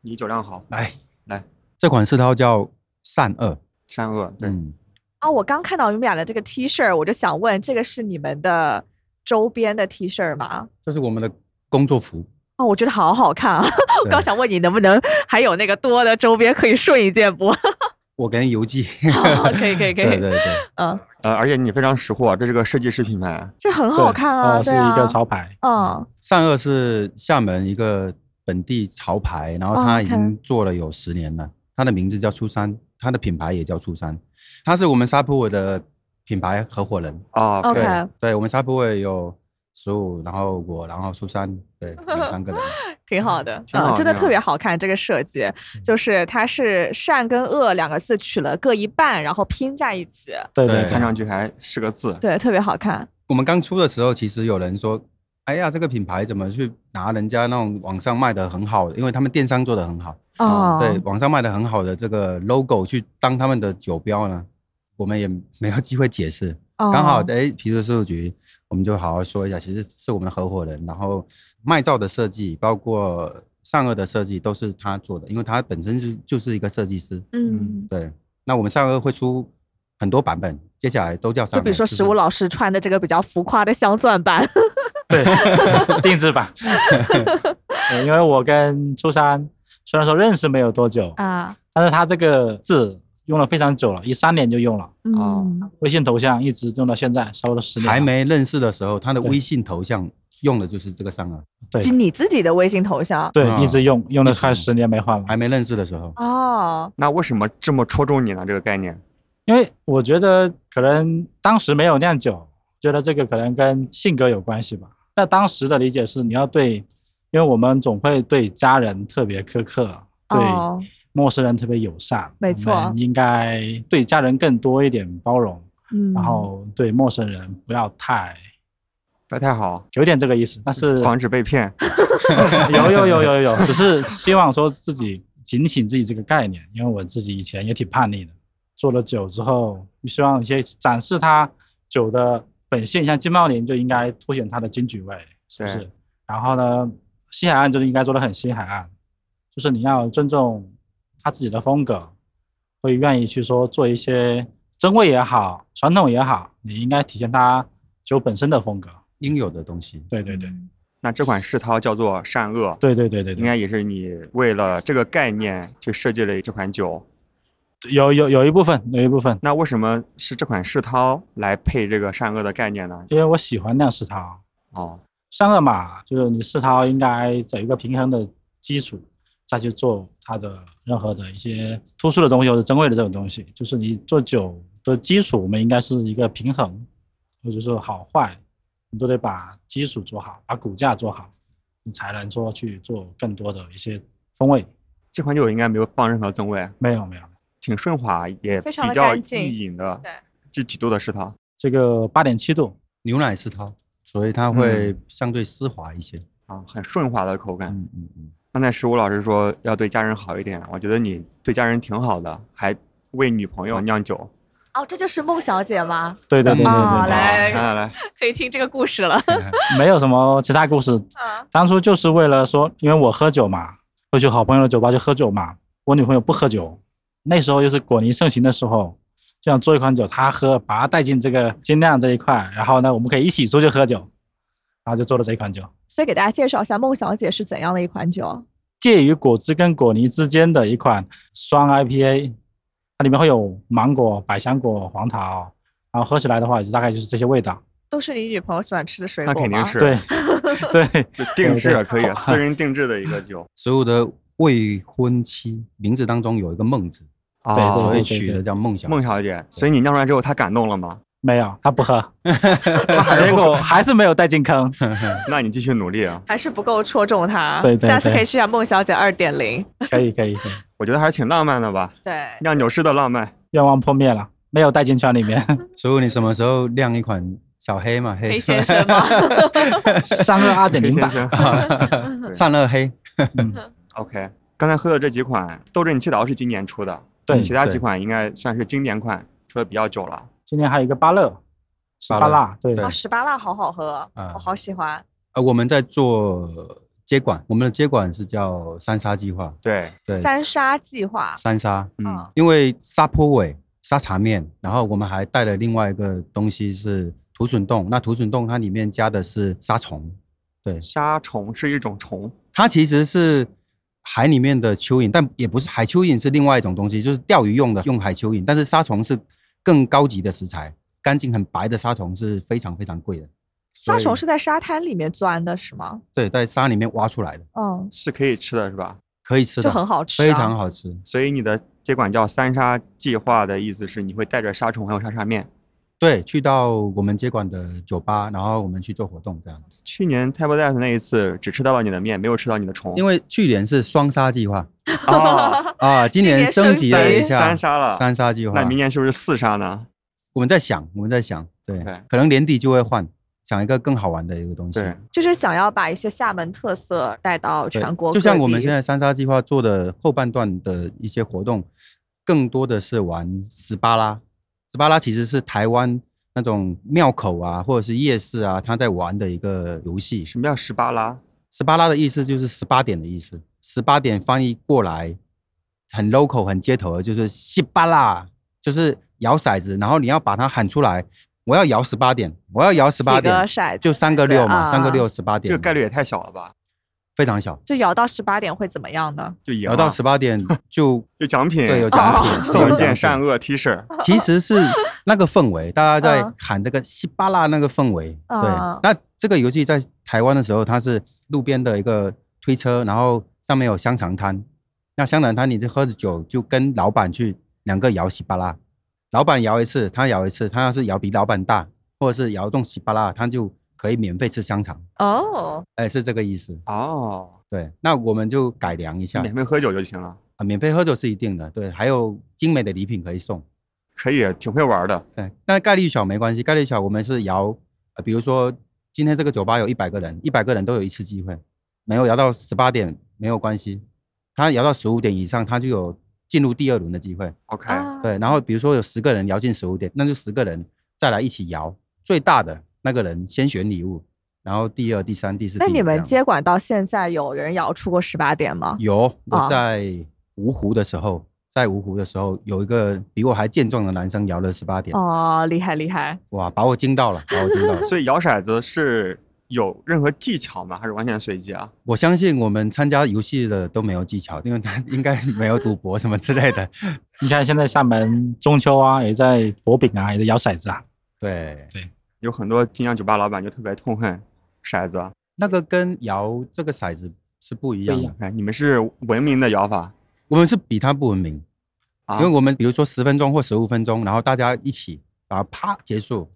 [SPEAKER 2] 你酒量好，
[SPEAKER 4] 来
[SPEAKER 2] 来，
[SPEAKER 4] 这款世涛叫善恶，
[SPEAKER 2] 善恶对，
[SPEAKER 4] 嗯，
[SPEAKER 3] 啊，我刚看到你们俩的这个 T 恤，我就想问，这个是你们的周边的 T 恤吗？
[SPEAKER 4] 这是我们的工作服，
[SPEAKER 3] 哦，我觉得好好看啊！我
[SPEAKER 4] 对
[SPEAKER 3] 刚想问你能不能还有那个多的周边可以顺一件不？
[SPEAKER 4] 我给你邮寄，
[SPEAKER 3] 好可以可以可以，
[SPEAKER 4] 对对对，
[SPEAKER 3] 嗯，
[SPEAKER 2] 呃，而且你非常识货，这是个设计师品牌，
[SPEAKER 3] 这很
[SPEAKER 5] 对
[SPEAKER 3] 好看啊，
[SPEAKER 5] 呃是
[SPEAKER 3] 对啊，
[SPEAKER 5] 一个潮牌。
[SPEAKER 3] 嗯，
[SPEAKER 4] 善恶是厦门一个本地潮牌，然后
[SPEAKER 3] 哦
[SPEAKER 4] 它
[SPEAKER 3] ，OK
[SPEAKER 4] 已经做了有十年了。它的名字叫初山，它的品牌也叫初山，它是我们沙坡尾的品牌合伙人。
[SPEAKER 2] 哦
[SPEAKER 3] OK
[SPEAKER 4] 对，对我们沙坡尾有十五，然后我，然后初山，对，我们三 个人。
[SPEAKER 3] 挺好的，
[SPEAKER 2] 挺
[SPEAKER 3] 嗯，
[SPEAKER 2] 好
[SPEAKER 3] 真的
[SPEAKER 2] 挺
[SPEAKER 3] 特别
[SPEAKER 2] 好
[SPEAKER 3] 好看。这个设计就是它是善跟恶两个字取了各一半，然后拼在一起，
[SPEAKER 5] 对
[SPEAKER 4] 对
[SPEAKER 5] 对，
[SPEAKER 2] 看上去还是个字，
[SPEAKER 3] 对，特别好看。
[SPEAKER 4] 我们刚出的时候，其实有人说：“哎呀，这个品牌怎么去拿人家那种网上卖的很好的，因为他们电商做的很好。”
[SPEAKER 3] 哦，
[SPEAKER 4] 对，网上卖的很好的这个 logo 去当他们的酒标呢，我们也没有机会解释。
[SPEAKER 3] 哦
[SPEAKER 4] 刚好哎，啤酒事务局，我们就好好说一下，其实是我们的合伙人，然后麦照的设计，包括善恶的设计都是他做的，因为他本身就就是一个设计师。
[SPEAKER 3] 嗯，
[SPEAKER 4] 对，那我们善恶会出很多版本，接下来都叫
[SPEAKER 3] 就
[SPEAKER 4] 善恶。
[SPEAKER 3] 比如说
[SPEAKER 4] 是
[SPEAKER 3] 食物老师穿的这个比较浮夸的镶钻版，
[SPEAKER 5] 对，定制版。对因为我跟初山虽然说认识没有多久，
[SPEAKER 3] 啊，
[SPEAKER 5] 但是他这个字用了非常久了，一三年就用了，
[SPEAKER 3] 嗯，
[SPEAKER 5] 微信头像一直用到现在，烧了十年了。
[SPEAKER 4] 还没认识的时候，他的
[SPEAKER 5] 对
[SPEAKER 4] 微信头像用的就是这个善恶，
[SPEAKER 5] 对
[SPEAKER 3] 就你自己的微信头像
[SPEAKER 5] 对，
[SPEAKER 4] 嗯
[SPEAKER 5] 一直用，用了
[SPEAKER 4] 一直
[SPEAKER 5] 快
[SPEAKER 4] 用
[SPEAKER 5] 十年没换了。
[SPEAKER 4] 还没认识的时候。
[SPEAKER 3] 哦，
[SPEAKER 2] 那为什么这么戳中你呢？这个概念，
[SPEAKER 5] 因为我觉得可能当时没有酿酒，觉得这个可能跟性格有关系吧。那当时的理解是，你要对，因为我们总会对家人特别苛刻，对
[SPEAKER 3] 哦，
[SPEAKER 5] 陌生人特别友善，
[SPEAKER 3] 没
[SPEAKER 5] 我
[SPEAKER 3] 错
[SPEAKER 5] 们应该对家人更多一点包容，
[SPEAKER 3] 嗯，
[SPEAKER 5] 然后对陌生人不要太
[SPEAKER 2] 不太好，
[SPEAKER 5] 有点这个意思，但是
[SPEAKER 2] 防止被骗。
[SPEAKER 5] 有有有有有，只是希望说自己警醒自己这个概念，因为我自己以前也挺叛逆的，做了酒之后，希望一些展示它酒的本性，像金茂林就应该凸显它的金桔味，是不是
[SPEAKER 2] 对？
[SPEAKER 5] 然后呢，西海岸就是应该做的很西海岸，就是你要尊重他自己的风格，会愿意去说做一些真味也好，传统也好，你应该体现它酒本身的风格。
[SPEAKER 4] 应有的东西。
[SPEAKER 5] 对对对
[SPEAKER 3] 嗯
[SPEAKER 2] 那这款世涛叫做善恶，
[SPEAKER 5] 对对对对
[SPEAKER 2] 应
[SPEAKER 5] 对。
[SPEAKER 2] 该也是你为了这个概念去设计了这款酒。
[SPEAKER 5] 有有有一部分，有一部分，
[SPEAKER 2] 那为什么是这款世涛来配这个善恶的概念呢？
[SPEAKER 5] 因为我喜欢酿世涛，
[SPEAKER 2] 哦，
[SPEAKER 5] 善恶嘛，就是你世涛应该在一个平衡的基础，再去做它的任何的一些突出的东西或者珍贵的这种东西，就是你做酒的基础，我们应该是一个平衡，或者是好坏，你都得把基础做好，把骨架做好，你才能说去做更多的一些风味。
[SPEAKER 2] 这款酒应该没有放任何增味，
[SPEAKER 5] 没有没有，
[SPEAKER 2] 挺顺滑，也
[SPEAKER 3] 非常地
[SPEAKER 2] 比较
[SPEAKER 3] 干净
[SPEAKER 2] 易饮的。
[SPEAKER 3] 对，
[SPEAKER 2] 这几度的世涛，
[SPEAKER 5] 这个八点七度，
[SPEAKER 4] 牛奶是它，所以它会相对丝滑一些。
[SPEAKER 2] 啊，很顺滑的口感。
[SPEAKER 4] 嗯嗯 嗯，
[SPEAKER 2] 刚才石武老师说要对家人好一点，我觉得你对家人挺好的，还为女朋友酿酒。
[SPEAKER 3] 哦，这就是孟小姐吗？
[SPEAKER 5] 对对对对对
[SPEAKER 3] 哦
[SPEAKER 5] 对
[SPEAKER 3] 来
[SPEAKER 2] 啊来来来，
[SPEAKER 3] 可以听这个故事了。
[SPEAKER 5] 没有什么其他故事，
[SPEAKER 3] 啊，
[SPEAKER 5] 当初就是为了说，因为我喝酒嘛，会去好朋友的酒吧去喝酒嘛。我女朋友不喝酒，那时候又是果泥盛行的时候，就想做一款酒，她喝，把她带进这个精酿这一块，然后呢，我们可以一起出去喝酒，然后就做了这一款酒，
[SPEAKER 3] 所以给大家介绍一下孟小姐是怎样的一款酒。
[SPEAKER 5] 介于果汁跟果泥之间的一款双 IPA，它里面会有芒果、百香果、黄桃，然后喝起来的话，就大概就是这些味道。
[SPEAKER 3] 都是你女朋友喜欢吃的水
[SPEAKER 2] 那
[SPEAKER 3] 果
[SPEAKER 2] 肯
[SPEAKER 3] 吗？
[SPEAKER 2] 定是
[SPEAKER 5] 对， 对，
[SPEAKER 2] 就定制
[SPEAKER 5] 对
[SPEAKER 2] 可以私人定制的一个酒。
[SPEAKER 4] 食物的未婚妻名字当中有一个梦字，
[SPEAKER 5] 对
[SPEAKER 4] 所
[SPEAKER 2] 哦
[SPEAKER 4] 以取的叫梦想。
[SPEAKER 2] 孟小姐，所以你酿出来之后，她感动了吗？
[SPEAKER 5] 没有，她不喝，
[SPEAKER 2] 她还
[SPEAKER 5] 结
[SPEAKER 2] 是
[SPEAKER 5] 果还是没有带进坑。
[SPEAKER 2] 那你继续努力啊！
[SPEAKER 3] 还是不够戳中她。
[SPEAKER 5] 对对
[SPEAKER 3] 下次
[SPEAKER 5] 对
[SPEAKER 3] 可以试下孟小姐二点零。
[SPEAKER 5] 可以，可以，可以。
[SPEAKER 2] 我觉得还是挺浪漫的吧，
[SPEAKER 3] 对，
[SPEAKER 2] 酿酒师的浪漫。
[SPEAKER 5] 愿望破灭了，没有带进圈里面。
[SPEAKER 4] 所以你什么时候酿一款小黑嘛？
[SPEAKER 3] 黑
[SPEAKER 4] 黑
[SPEAKER 3] 先生吗？
[SPEAKER 5] 上二二点
[SPEAKER 2] 黑
[SPEAKER 5] 零
[SPEAKER 2] 先
[SPEAKER 5] 版，
[SPEAKER 2] 生
[SPEAKER 4] 散热黑，
[SPEAKER 5] 嗯，
[SPEAKER 2] ，OK。刚才喝的这几款豆制你气桃是今年出的，
[SPEAKER 5] 对
[SPEAKER 2] 嗯其他几
[SPEAKER 4] 对
[SPEAKER 2] 款应该算是经典款，出的比较久了。
[SPEAKER 5] 今年还有一个芭乐，是
[SPEAKER 4] 芭
[SPEAKER 5] 芭
[SPEAKER 4] 乐
[SPEAKER 5] 乐，对
[SPEAKER 4] 对
[SPEAKER 3] 啊，十八辣好好喝，
[SPEAKER 4] 啊
[SPEAKER 3] 我好喜欢。
[SPEAKER 4] 呃，我们在做接管，我们的接管是叫三沙计划，
[SPEAKER 2] 对，
[SPEAKER 4] 对，
[SPEAKER 3] 三杀计划，
[SPEAKER 4] 三沙，
[SPEAKER 2] 嗯
[SPEAKER 3] 啊，
[SPEAKER 4] 因为沙坡尾沙茶面，然后我们还带了另外一个东西是土笋冻，那土笋冻它里面加的是沙虫，对，
[SPEAKER 2] 沙虫是一种虫，
[SPEAKER 4] 它其实是海里面的蚯蚓，但也不是海蚯蚓，是另外一种东西，就是钓鱼用的，用海蚯蚓。但是沙虫是更高级的食材，干净很白的沙虫是非常非常贵的。所
[SPEAKER 3] 沙
[SPEAKER 4] 以
[SPEAKER 3] 虫是在沙滩里面钻的，是吗？
[SPEAKER 4] 对，在沙里面挖出来的，
[SPEAKER 3] 嗯，
[SPEAKER 2] 是可以吃的，是吧？
[SPEAKER 4] 可以吃
[SPEAKER 3] 就
[SPEAKER 4] 的，
[SPEAKER 3] 很好吃啊
[SPEAKER 4] 非常好吃。
[SPEAKER 2] 所以你的接管叫三沙计划的意思是你会带着沙虫还有沙茶面。
[SPEAKER 4] 对，去到我们接管的酒吧，然后我们去做活动这样。
[SPEAKER 2] 去年 t a b l e t 那一次只吃到了你的面，没有吃到你的虫，
[SPEAKER 4] 因为去年是双沙计划
[SPEAKER 2] 哦，
[SPEAKER 4] 啊，今
[SPEAKER 3] 年
[SPEAKER 4] 年升级了一
[SPEAKER 3] 升级
[SPEAKER 4] 下
[SPEAKER 2] 三沙了
[SPEAKER 4] 三沙计划。
[SPEAKER 2] 那明年是不是四沙呢？
[SPEAKER 4] 我们在想，我们在想，对
[SPEAKER 2] OK，
[SPEAKER 4] 可能年底就会换，想一个更好玩的一个东西。
[SPEAKER 2] 对，
[SPEAKER 3] 就是想要把一些厦门特色带到
[SPEAKER 4] 对
[SPEAKER 3] 全国各地，
[SPEAKER 4] 就像我们现在三沙计划做的后半段的一些活动，更多的是玩斯巴拉。斯巴拉其实是台湾那种庙口啊，或者是夜市啊，他在玩的一个游戏。
[SPEAKER 2] 什么叫十八拉？
[SPEAKER 4] 斯巴拉的意思就是十八点的意思，十八点翻译过来很 local 很街头的，就是西巴拉，就是摇骰子，然后你要把它喊出来，我要摇十八点，我要摇十八
[SPEAKER 3] 几个
[SPEAKER 4] 点，
[SPEAKER 3] 骰子
[SPEAKER 4] 就三个六嘛，
[SPEAKER 3] 啊
[SPEAKER 4] 三个六十八
[SPEAKER 2] 这个
[SPEAKER 4] 点，
[SPEAKER 2] 概率也太小了吧？
[SPEAKER 4] 非常小，
[SPEAKER 3] 就摇到十八点会怎么样呢？
[SPEAKER 2] 就赢
[SPEAKER 4] 啊摇到
[SPEAKER 2] 了
[SPEAKER 4] 十八点 就
[SPEAKER 2] 有奖品，啊
[SPEAKER 4] 对有奖品，
[SPEAKER 2] 送一
[SPEAKER 4] 有奖
[SPEAKER 2] 件
[SPEAKER 4] 品
[SPEAKER 2] 善恶 T 恤，
[SPEAKER 4] 其实是那个氛围，大家在
[SPEAKER 3] 嗯
[SPEAKER 4] 喊这个西巴拉那个氛围。对
[SPEAKER 3] 嗯，
[SPEAKER 4] 那这个游戏在台湾的时候，它是路边的一个推车，然后上面有香肠摊。那香肠摊，你就喝着酒，就跟老板去两个摇西巴拉，老板摇一次，他摇一次，他要是摇比老板大，或者是摇中稀巴拉，他就可以免费吃香肠，
[SPEAKER 3] 哦，
[SPEAKER 4] 哎，是这个意思。
[SPEAKER 2] 哦，
[SPEAKER 4] 对，那我们就改良一下
[SPEAKER 2] 免费喝酒就行了，
[SPEAKER 4] 啊，免费喝酒是一定的，对，还有精美的礼品可以送。
[SPEAKER 2] 可以，挺会玩的。
[SPEAKER 4] 对，但概率小没关系，概率小我们是摇，呃，比如说今天这个酒吧有一百个人，一百个人都有一次机会，没有摇到十八点没有关系，他摇到十五点以上，他就有进入第二轮的机会。
[SPEAKER 2] OK，。
[SPEAKER 3] 啊
[SPEAKER 4] 对，然后比如说有十个人摇进十五点，那就十个人再来一起摇，最大的那个人先选礼物，然后第二、第三、第四。
[SPEAKER 3] 那
[SPEAKER 4] 第五
[SPEAKER 3] 你
[SPEAKER 4] 这
[SPEAKER 3] 们
[SPEAKER 4] 样
[SPEAKER 3] 接管到现在有人摇出过十八点吗？
[SPEAKER 4] 有，
[SPEAKER 3] 啊
[SPEAKER 4] 我在芜湖的时候，在芜湖的时候，有一个比我还健壮的男生摇了十八点，
[SPEAKER 3] 哦，厉害厉害！
[SPEAKER 4] 哇，把我惊到了，把我惊到了
[SPEAKER 2] 所以摇骰子是有任何技巧吗？还是完全随机啊？
[SPEAKER 4] 我相信我们参加游戏的都没有技巧，因为他应该没有赌博什么之类 的。
[SPEAKER 5] 你看现在厦门中秋啊，也在薄饼啊，也在摇骰子啊。
[SPEAKER 4] 对，
[SPEAKER 2] 有很多金阳酒吧老板就特别痛恨骰子啊。
[SPEAKER 4] 那个跟摇这个骰子是不一样
[SPEAKER 5] 不一
[SPEAKER 4] 的
[SPEAKER 5] 样，
[SPEAKER 2] 哎，你们是文明的摇法
[SPEAKER 4] 我们是比他不文明，
[SPEAKER 2] 啊
[SPEAKER 4] 因为？我们比如说十分钟或十五分钟，然后大家一起，然后啪结束。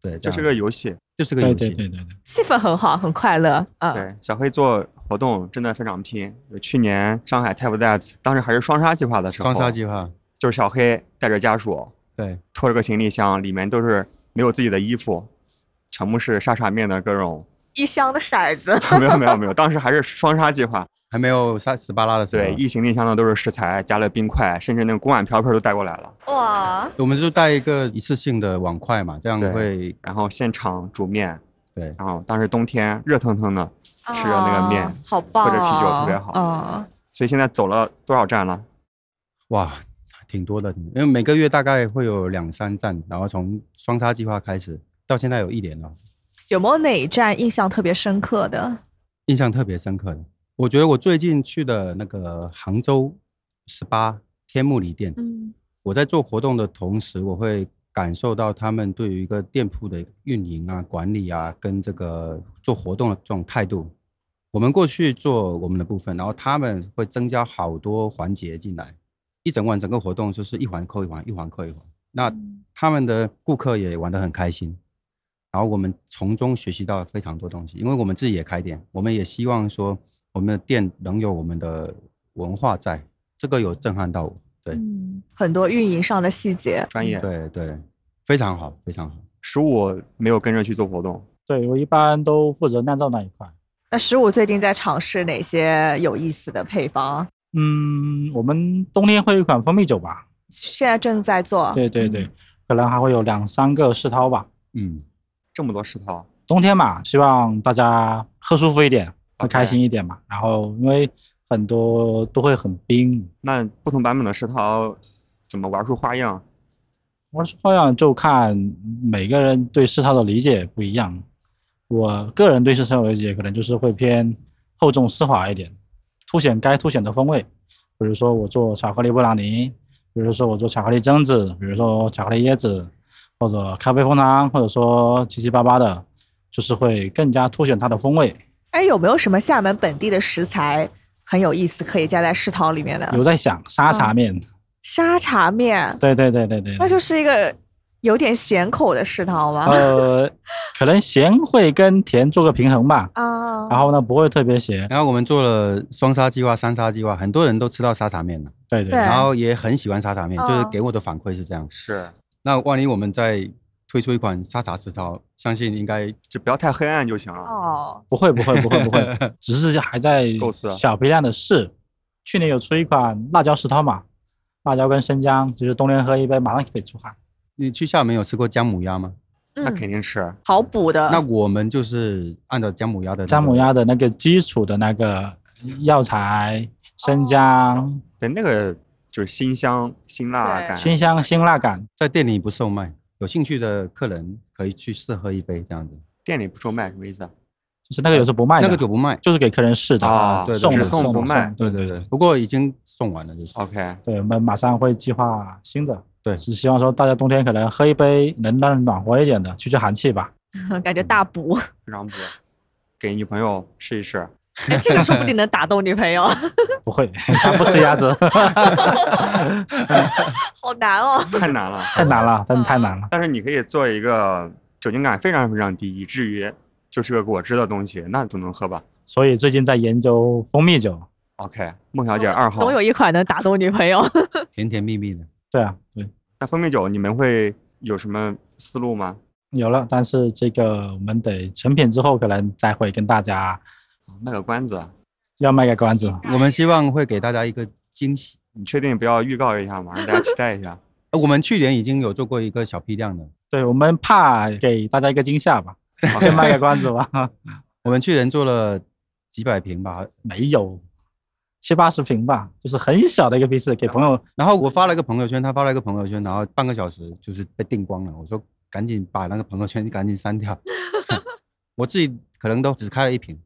[SPEAKER 4] 对，
[SPEAKER 2] 这
[SPEAKER 4] 样
[SPEAKER 2] 是个游戏。
[SPEAKER 4] 就是个
[SPEAKER 5] 对
[SPEAKER 4] 游
[SPEAKER 5] 对
[SPEAKER 4] 戏。
[SPEAKER 5] 对对对，
[SPEAKER 3] 气氛很好，很快乐。
[SPEAKER 4] 啊
[SPEAKER 3] 嗯，
[SPEAKER 2] 对，小黑做活动真的非常拼。去年上海 Tap That，当时还是双杀计划的时候，
[SPEAKER 4] 双杀计划，
[SPEAKER 2] 就是小黑带着家属，
[SPEAKER 4] 对，
[SPEAKER 2] 拖着个行李箱，里面都是没有自己的衣服，全部是沙茶面的各种。
[SPEAKER 3] 一箱的骰子，
[SPEAKER 2] 没有没有没有，当时还是双杀计划，
[SPEAKER 4] 还没有杀十八拉的时候，
[SPEAKER 2] 对，一行李箱的都是食材，加了冰块，甚至那个锅碗瓢盆都带过来了。
[SPEAKER 3] 哇！
[SPEAKER 4] 我们就带一个一次性的碗筷嘛，这样
[SPEAKER 2] 对
[SPEAKER 4] 会
[SPEAKER 2] 然后现场煮面，
[SPEAKER 4] 对
[SPEAKER 2] 然后当时冬天热腾腾的，吃的那个面
[SPEAKER 3] 啊好棒、
[SPEAKER 2] 或者啤酒特别好
[SPEAKER 3] 嗯，
[SPEAKER 2] 所以现在走了多少站了？
[SPEAKER 4] 哇挺多的，因为每个月大概会有两三站，然后从双杀计划开始到现在有一年了，
[SPEAKER 3] 有没有哪一站印象特别深刻的？
[SPEAKER 4] 印象特别深刻的。我觉得我最近去的那个杭州十八天目里店，
[SPEAKER 3] 嗯，
[SPEAKER 4] 我在做活动的同时，我会感受到他们对于一个店铺的运营啊、管理啊，跟这个做活动的这种态度。我们过去做我们的部分，然后他们会增加好多环节进来，一整晚整个活动就是一环扣一环，一环扣一环。那
[SPEAKER 2] 啊
[SPEAKER 4] 他们的顾客也玩得很开心，然后我们从中学习到了非常多东西，因为我们自己也开店，我们也希望说我们的店能有我们的文化在，这个有震撼到我。对，
[SPEAKER 3] 嗯，很多运营上的细节。
[SPEAKER 2] 专业
[SPEAKER 4] 对对，非常好，非常好。
[SPEAKER 2] 十五没有跟着去做活动，
[SPEAKER 5] 对我一般都负责酿造那一块。
[SPEAKER 3] 那十五最近在尝试哪些有意思的配方？
[SPEAKER 5] 嗯，我们冬天会有一款蜂蜜酒吧，
[SPEAKER 3] 现在正在做。
[SPEAKER 5] 对对对，可能还会有两三个世涛吧。
[SPEAKER 4] 嗯，
[SPEAKER 2] 这么多世涛，
[SPEAKER 5] 冬天嘛，希望大家喝舒服一点，喝
[SPEAKER 2] OK
[SPEAKER 5] 开心一点嘛。然后因为很多都会很冰，
[SPEAKER 2] 那不同版本的世涛怎么玩出花样？
[SPEAKER 5] 我是花样就看每个人对世涛的理解不一样。我个人对世涛的理解可能就是会偏厚重丝滑一点，凸显该凸显的风味。比如说我做巧克力布朗尼，比如说我做巧克力榛子，比如说巧克力椰子，或者咖啡枫糖，或者说七七八八的，就是会更加凸显它的风味。
[SPEAKER 3] 哎，有没有什么厦门本地的食材很有意思，可以加在食堂里面的？
[SPEAKER 5] 有在想沙茶面，
[SPEAKER 3] 沙茶面，
[SPEAKER 5] 对对对对对，
[SPEAKER 3] 那就是一个有点咸口的食堂吗？
[SPEAKER 5] 呃，可能咸会跟甜做个平衡吧，
[SPEAKER 3] 啊，
[SPEAKER 5] 然后呢不会特别咸，
[SPEAKER 4] 然后我们做了双杀计划、三杀计划，很多人都吃到沙茶面了，
[SPEAKER 5] 对对
[SPEAKER 3] 对
[SPEAKER 4] 然后也很喜欢沙茶面，就是
[SPEAKER 3] 哦
[SPEAKER 4] 给我的反馈是这样。
[SPEAKER 2] 是，
[SPEAKER 4] 那万一我们再推出一款沙茶石涛，相信应该
[SPEAKER 2] 就不要太黑暗就行了。
[SPEAKER 3] 哦，
[SPEAKER 5] 不会不会不会不 会，只是还在
[SPEAKER 2] 构思啊
[SPEAKER 5] 小批量的试。去年有出一款辣椒石涛嘛，辣椒跟生姜，就是冬天喝一杯马上可以出汗。
[SPEAKER 4] 你去厦门有吃过姜母鸭吗？
[SPEAKER 2] 那
[SPEAKER 3] 嗯，
[SPEAKER 2] 肯定吃，
[SPEAKER 3] 好补的。
[SPEAKER 4] 那我们就是按照姜母鸭的那
[SPEAKER 5] 啊姜母
[SPEAKER 4] 个
[SPEAKER 5] 鸭的那个基础的那个药材，生姜、
[SPEAKER 2] 对，那个就是辛香辛辣
[SPEAKER 3] 对
[SPEAKER 2] 感。
[SPEAKER 5] 辛香、辛辣感，
[SPEAKER 4] 在店里不售卖，有兴趣的客人可以去试喝一杯这样子，
[SPEAKER 2] 店里不售卖什么意思啊？
[SPEAKER 5] 就是那个有时候不卖的，
[SPEAKER 4] 那个酒不卖。
[SPEAKER 5] 就是给客人试的，
[SPEAKER 2] 啊
[SPEAKER 4] 对对
[SPEAKER 5] 送
[SPEAKER 4] 只
[SPEAKER 5] 的
[SPEAKER 2] 送不
[SPEAKER 5] 的
[SPEAKER 2] 卖
[SPEAKER 5] 送的对对啊对。
[SPEAKER 4] 不过已经送完了，就是。
[SPEAKER 2] OK，
[SPEAKER 5] 对，我们马上会计划新的，
[SPEAKER 4] 对
[SPEAKER 5] 只希望说大家冬天可能喝一杯能让人暖和一点的，去去寒气吧。
[SPEAKER 3] 感觉大补。
[SPEAKER 2] 非常补，给女朋友试一试。
[SPEAKER 3] 哎，这个说不定能打动女朋友，
[SPEAKER 5] 不会， 他不吃鸭子，
[SPEAKER 3] 好难 哦。
[SPEAKER 2] 太难了。
[SPEAKER 5] 太难了，真的太难了。
[SPEAKER 2] 但是你可以做一个酒精感非常非常低，以至于就是个果汁的东西，那都能喝吧
[SPEAKER 5] 所以最近在研究蜂蜜酒。
[SPEAKER 2] ？OK，孟小姐二号
[SPEAKER 3] 哦总。有一款能打动女朋友。
[SPEAKER 4] 甜甜蜜蜜的。
[SPEAKER 5] 对啊，对，
[SPEAKER 2] 那蜂蜜酒你们会有什么思路吗？
[SPEAKER 5] 有了，但是这个我们得成品之后，可能再会跟大家
[SPEAKER 2] 卖个关子，啊
[SPEAKER 5] 要卖个关子。
[SPEAKER 4] 我们希望会给大家一个惊喜。
[SPEAKER 2] 你确定不要预告一下吗？让大家期待一下。
[SPEAKER 4] 呃我们去年已经有做过一个小批量的，
[SPEAKER 5] 对我们怕给大家一个惊吓吧，先卖个关子吧。
[SPEAKER 4] 我们去年做了几百瓶吧。
[SPEAKER 5] 没有，七八十瓶吧，就是很小的一个批次，给朋友
[SPEAKER 4] 然后我发了一个朋友圈，他发了一个朋友圈，然后半个小时就是被订光了。我说赶紧把那个朋友圈赶紧删 掉。我自己可能都只开了一瓶，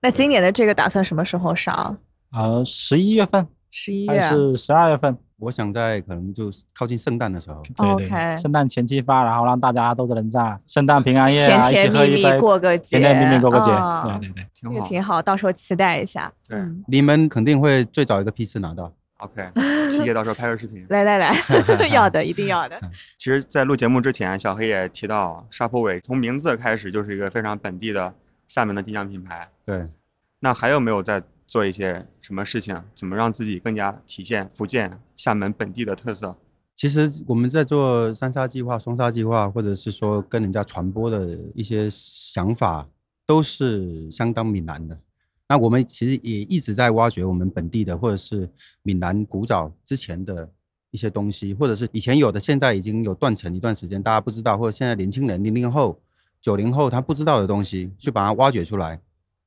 [SPEAKER 3] 那今年的这个打算什么时候上？
[SPEAKER 5] 呃十一月份
[SPEAKER 3] 十一
[SPEAKER 5] 还
[SPEAKER 3] 月。啊
[SPEAKER 5] 是十二月份，
[SPEAKER 4] 我想在可能就靠近圣诞的时候，
[SPEAKER 5] 对对
[SPEAKER 3] 哦 OK
[SPEAKER 5] 圣诞前期发，然后让大家都能在圣诞平安夜啊
[SPEAKER 3] 甜甜蜜蜜
[SPEAKER 5] 一起喝一杯，
[SPEAKER 3] 过个节
[SPEAKER 5] 甜甜蜜蜜过个节，
[SPEAKER 3] 嗯
[SPEAKER 5] 对对对，
[SPEAKER 2] 挺
[SPEAKER 3] 也
[SPEAKER 2] 好。
[SPEAKER 3] 挺好，到时候期待一下。
[SPEAKER 2] 对
[SPEAKER 3] 嗯
[SPEAKER 4] 你们肯定会最早一个批次拿到。
[SPEAKER 2] OK，七爷到时候拍个视 频。
[SPEAKER 3] 来来 来，要的一定要的。
[SPEAKER 2] 其实，在录节目之前，小黑也提到，沙坡尾从名字开始就是一个非常本地的厦门的精酿品牌。
[SPEAKER 4] 对，
[SPEAKER 2] 那还有没有在做一些什么事情？怎么让自己更加体现福建厦门本地的特色？
[SPEAKER 4] 其实我们在做三沙计划、双沙计划，或者是说跟人家传播的一些想法，都是相当闽南的。那我们其实也一直在挖掘我们本地的，或者是闽南古早之前的一些东西，或者是以前有的，现在已经有断层一段时间，大家不知道，或者现在年轻人零零后、九零后他不知道的东西，
[SPEAKER 5] 嗯
[SPEAKER 4] 去把它挖掘出来，